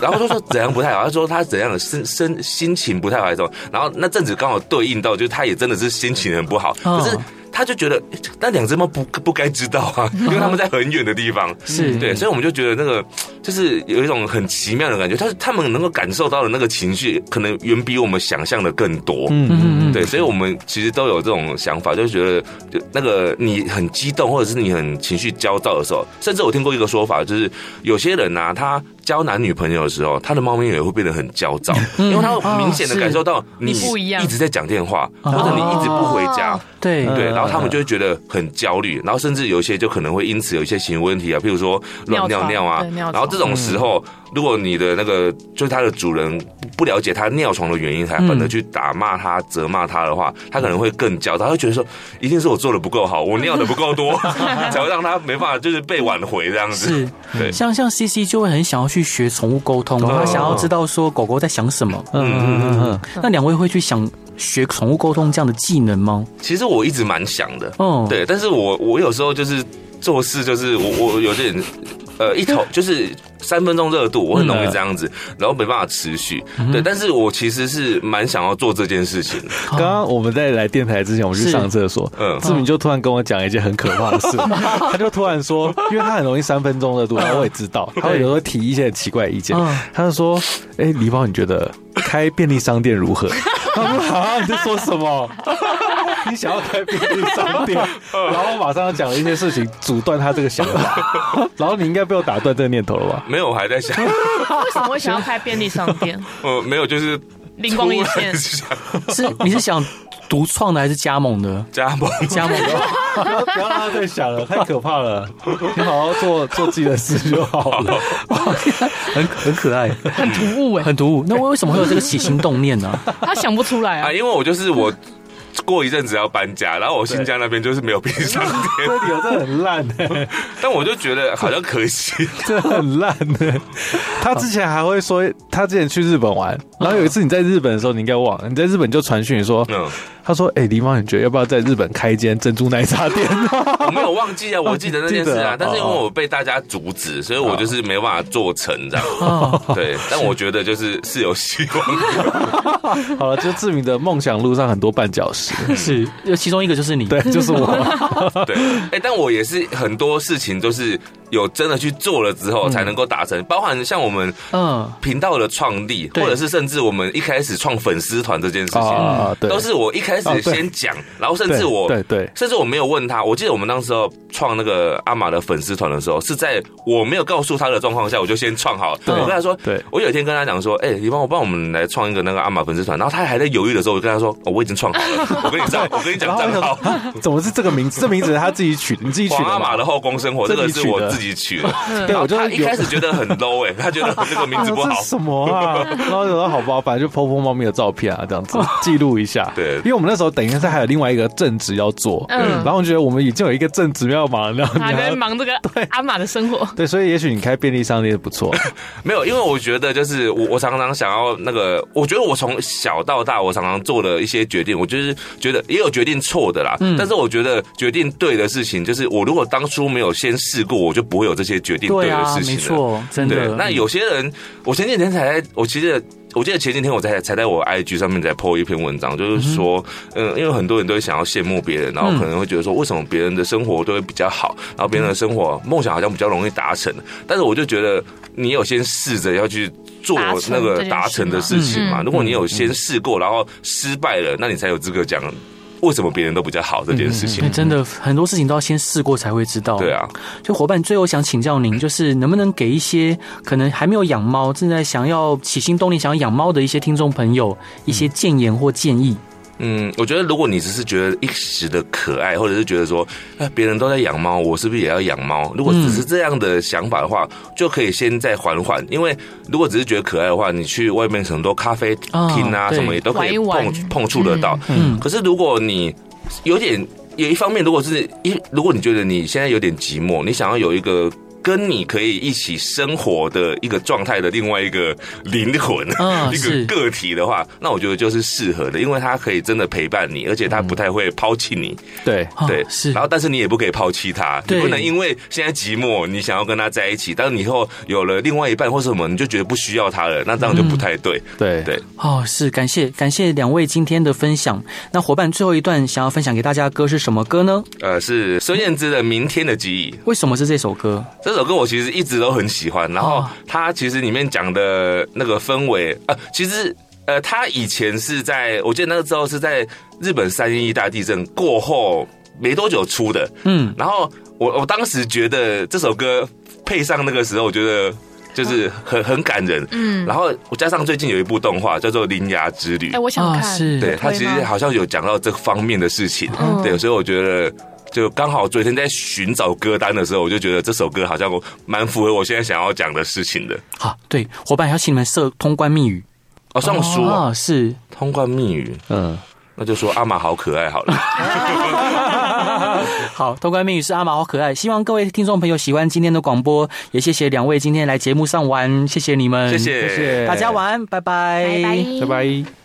Speaker 2: 然后就说怎样不太好，他说他怎样的身身心情不太好还是什么，然后那阵子刚好对应到，就是他也真的是心情很不好，
Speaker 1: 嗯
Speaker 2: 可是他就觉得诶那两只猫不不该知道啊，因为他们在很远的地方，
Speaker 1: 是
Speaker 2: 嗯对，所以我们就觉得那个就是有一种很奇妙的感觉，他他们能够感受到的那个情绪，可能远比我们想象的更多。
Speaker 3: 嗯
Speaker 1: 嗯嗯
Speaker 2: 对，所以我们其实都有这种想法，就觉得就那个你很激动，或者是你很情绪焦躁的时候，甚至我听过一个说法，就是有些人啊，他交男女朋友的时候，他的猫咪也会变得很焦躁，因为他会明显的感受到你
Speaker 4: 你不一样
Speaker 2: 一直在讲电话，
Speaker 1: 哦
Speaker 2: 或者你一直不回家。
Speaker 1: 对
Speaker 3: 嗯
Speaker 2: 对，然后他们就会觉得很焦虑，然后甚至有一些就可能会因此有一些行为问题啊，譬如说乱尿
Speaker 4: 尿床
Speaker 2: 尿啊
Speaker 4: 对尿，
Speaker 2: 然后这种时候，如果你的那个就是它的主人不了解它尿床的原因，还
Speaker 1: 嗯
Speaker 2: 反而去打骂它、责骂它的话，它可能会更焦躁，它会觉得说一定是我做的不够好，我尿的不够多，才会让它没办法就是被挽回这样子。
Speaker 1: 呃是，
Speaker 2: 对
Speaker 1: 像像 C C 就会很想要去学宠物沟通，他想要知道说狗狗在想什么。
Speaker 3: 嗯嗯嗯
Speaker 1: 那两位会去想学宠物沟通这样的技能吗？
Speaker 2: 其实我一直蛮想的，
Speaker 1: 哦，，
Speaker 2: 对，但是我我有时候就是做事，就是我我有点。呃，一头就是三分钟热度，我很容易这样子，然后没办法持续。对，但是我其实是蛮想要做这件事情的。
Speaker 3: 刚刚我们在来电台之前，我们去
Speaker 1: 是
Speaker 3: 上厕所，
Speaker 2: 嗯
Speaker 3: 志明就突然跟我讲一件很可怕的 事，嗯他就突然说，因为他很容易三分钟热度，然后我也知道，他会有时候提一些很奇怪的意见
Speaker 1: 嗯，
Speaker 3: 他就说，哎，狸猫，你觉得开便利商店如何？ 他说啊，你在说什么？ 你想要开便利商店，然后马上讲了一些事情，阻断他这个想 法，然后你应该被我打断这个念头了吧？
Speaker 2: 没有，我还在想，
Speaker 4: 为什么会想要开便利商 店？
Speaker 2: 呃，没有，就是
Speaker 4: 灵光一
Speaker 2: 突然
Speaker 4: 现，
Speaker 2: 想
Speaker 1: 是你是想独创的还是加盟的？
Speaker 2: 加 盟。
Speaker 1: 加盟的，
Speaker 3: 不要不要让他再想了，太可怕了。你好好做做自己的事就好 了。
Speaker 1: 很很可爱，
Speaker 4: 很 突兀哎，
Speaker 1: 很突兀。那为什么会有这个起心动念呢？
Speaker 4: 他想不出来
Speaker 2: 啊，
Speaker 4: 啊。
Speaker 2: 因为我就是我过一阵子要搬家，然后我新家那边就是没有冰箱
Speaker 3: 这
Speaker 2: 店，
Speaker 3: 理由真的很烂哎、
Speaker 2: 但我就觉得好像可惜。
Speaker 3: 这很烂的、他之前还会说，他之前去日本玩，然后有一次你在日本的时候，你应该忘了，你在日本就传讯说，
Speaker 2: 嗯，
Speaker 3: 他说：“哎、狸猫，你觉得要不要在日本开一间 珍珠奶茶店？”
Speaker 2: 我没有忘记啊，我记得那件事
Speaker 3: 记得
Speaker 2: 啊
Speaker 3: 啊，
Speaker 2: 但是因为
Speaker 3: 哦哦
Speaker 2: 我被大家阻止，所以我就是没办法做成这样。
Speaker 1: 啊，
Speaker 2: 对，但我觉得就是是有希望的。
Speaker 3: 好了，就志明的梦想路上很多绊脚石，
Speaker 1: 是，有其中一个就是你，
Speaker 3: 对，就是我，
Speaker 2: 对，哎、但我也是很多事情都是有真的去做了之后才能够达成，包含像我们
Speaker 1: 嗯，
Speaker 2: 频道的创立，
Speaker 1: 对
Speaker 2: 或者是甚至我们一开始创粉丝团这件事情，
Speaker 3: 啊对
Speaker 2: 都是我一开
Speaker 3: 啊
Speaker 2: 始
Speaker 3: 对
Speaker 2: 先讲，然后甚
Speaker 3: 对
Speaker 2: 至我
Speaker 3: 对对
Speaker 2: 甚至我没有问他，我记得我们当时候创那个阿玛的粉丝团的时候，是在我没有告诉他的状况下，我就先创好。
Speaker 1: 对
Speaker 2: 我跟他说，
Speaker 3: 对
Speaker 2: 我有一天跟他讲说，哎、你帮我帮我们来创一个那个阿玛粉丝团，然后他还在犹豫的时候，我就跟他说，哦，我已经创好 了，我跟你讲，我跟你
Speaker 3: 然
Speaker 2: 讲
Speaker 3: 后我
Speaker 2: 账
Speaker 3: 想
Speaker 2: 号
Speaker 3: 说，。啊怎么是这个名字？这名字是他自己取，你自己取
Speaker 2: 皇
Speaker 3: 的
Speaker 2: 阿玛
Speaker 3: 嘛？
Speaker 2: 的后宫生活，这个
Speaker 3: 自己
Speaker 2: 是
Speaker 3: 取
Speaker 2: 我
Speaker 3: 的
Speaker 2: 自己取的。
Speaker 3: 对，我就
Speaker 2: 他一
Speaker 3: 有
Speaker 2: 开始觉得很 low 哎、他觉得这个名
Speaker 3: 啊
Speaker 2: 字不
Speaker 3: 这
Speaker 2: 好
Speaker 3: 是。什么啊？ 然后有说好吧，反正就剖剖猫咪的照片啊，这样子 记录一下。
Speaker 2: 对
Speaker 3: 因为我们那时候等于是还有另外一个正职要做，
Speaker 4: 嗯
Speaker 3: 然后我觉得我们已经有一个正职要忙，然后你
Speaker 4: 还
Speaker 3: 还
Speaker 4: 在
Speaker 3: 要
Speaker 4: 忙 这个阿玛的生活。
Speaker 3: 对，所以也许你开便利商店 不错，
Speaker 2: 没有，因为我觉得就是我，我常常想要那个，我觉得我从小到大，我常常做的一些决定，我就是觉得也有决定错的啦。
Speaker 1: 嗯
Speaker 2: 但是我觉得决定对的事情，就是我如果当初没有先试过，我就不会有这些决定
Speaker 1: 对
Speaker 2: 的
Speaker 1: 啊，
Speaker 2: 事
Speaker 1: 没
Speaker 2: 情了。
Speaker 1: 错，真
Speaker 2: 对
Speaker 1: 的。，
Speaker 2: 那有些人，我前几天才在，我其实。我记得前几天我才才在我 IG 上面在 po 一篇文章，就是说，嗯，因为很多人都会想要羡慕别人，然后可能会觉得说，为什么别人的生活都会比较好，然后别人的生活梦想好像比较容易达成，但是我就觉得你有先试着要去做
Speaker 4: 达成
Speaker 2: 那
Speaker 4: 这
Speaker 2: 个
Speaker 4: 件事
Speaker 2: 达成的
Speaker 4: 吗
Speaker 2: 事情嘛。
Speaker 4: 嗯
Speaker 2: 如果你有先试过，然后失败了，那你才有资格讲为什么别人都比较好这件事情
Speaker 1: 对，。真的很多事情都要先试过才会知道。
Speaker 2: 对啊，
Speaker 1: 就伙伴，最后想请教您，就是能不能给一些可能还没有养猫，正在想要起心动念想要养猫的一些听众朋友一些建言或建议？
Speaker 2: 嗯，我觉得如果你只是觉得一时的可爱，或者是觉得说，哎，别人都在养猫，我是不是也要养猫？如果只是这样的想法的话，就可以先再缓缓，因为如果只是觉得可爱的话，你去外面很多咖啡厅啊、
Speaker 1: 哦对
Speaker 2: 什么也都可以
Speaker 4: 玩一
Speaker 2: 碰
Speaker 4: 玩
Speaker 2: 碰触得到。
Speaker 1: 嗯
Speaker 2: 可是如果你有点有一方面，如果是一，如果你觉得你现在有点寂寞，你想要有一个。跟你可以一起生活的一个状态的另外一个灵魂，
Speaker 1: 嗯
Speaker 2: 一
Speaker 1: 是
Speaker 2: 个个体的话，那我觉得就是适合的，因为它可以真的陪伴你，而且它不太会抛弃你。
Speaker 3: 对。
Speaker 1: 哦
Speaker 2: 对，
Speaker 1: 是
Speaker 2: 然后，但是你也不可以抛弃它，你
Speaker 1: 对
Speaker 2: 不能因为现在寂寞，你想要跟它在一起，但你以后有了另外一半或什么，你就觉得不需要它了，那这样就不太对。
Speaker 3: 对
Speaker 2: 对，
Speaker 1: 哦，是感谢感谢两位今天的分享。那伙伴最后一段想要分享给大家的歌是什么歌呢？
Speaker 2: 呃，是孙燕姿的《明天的记忆》。
Speaker 1: 为什么是这首歌？
Speaker 2: 这首歌我其实一直都很喜欢，然后
Speaker 1: 哦
Speaker 2: 它其实里面讲的那个氛围，呃，其实呃，它以前是在我记得那个时候是在日本三一一大地震过后没多久出的，
Speaker 1: 嗯，
Speaker 2: 然后我我当时觉得这首歌配上那个时候，我觉得就是很很感人，
Speaker 4: 嗯，
Speaker 2: 然后我加上最近有一部动画叫做《铃芽之旅
Speaker 4: 哎，》，我想
Speaker 1: 啊
Speaker 4: 看。
Speaker 1: 是
Speaker 2: 对，它
Speaker 4: 推
Speaker 2: 其
Speaker 4: 吗
Speaker 2: 实好像有讲到这方面的事情，
Speaker 4: 嗯
Speaker 2: 对，所以我觉得。就刚好昨天在寻找歌单的时候，我就觉得这首歌好像蛮符合我现在想要讲的事情的。
Speaker 1: 好，对，伙伴要请你们设通关密语。
Speaker 2: 哦，上书、
Speaker 1: 啊， 是
Speaker 2: 通关密语，
Speaker 3: 嗯，
Speaker 2: 那就说阿玛好可爱好了。
Speaker 1: 好，通关密语是阿玛，好可爱。希望各位听众朋友喜欢今天的广播，也谢谢嗯两位今天来节目上玩，谢谢你们，
Speaker 2: 谢谢，
Speaker 3: 谢谢
Speaker 1: 大家晚安，拜拜，
Speaker 4: 拜拜。
Speaker 3: 拜拜。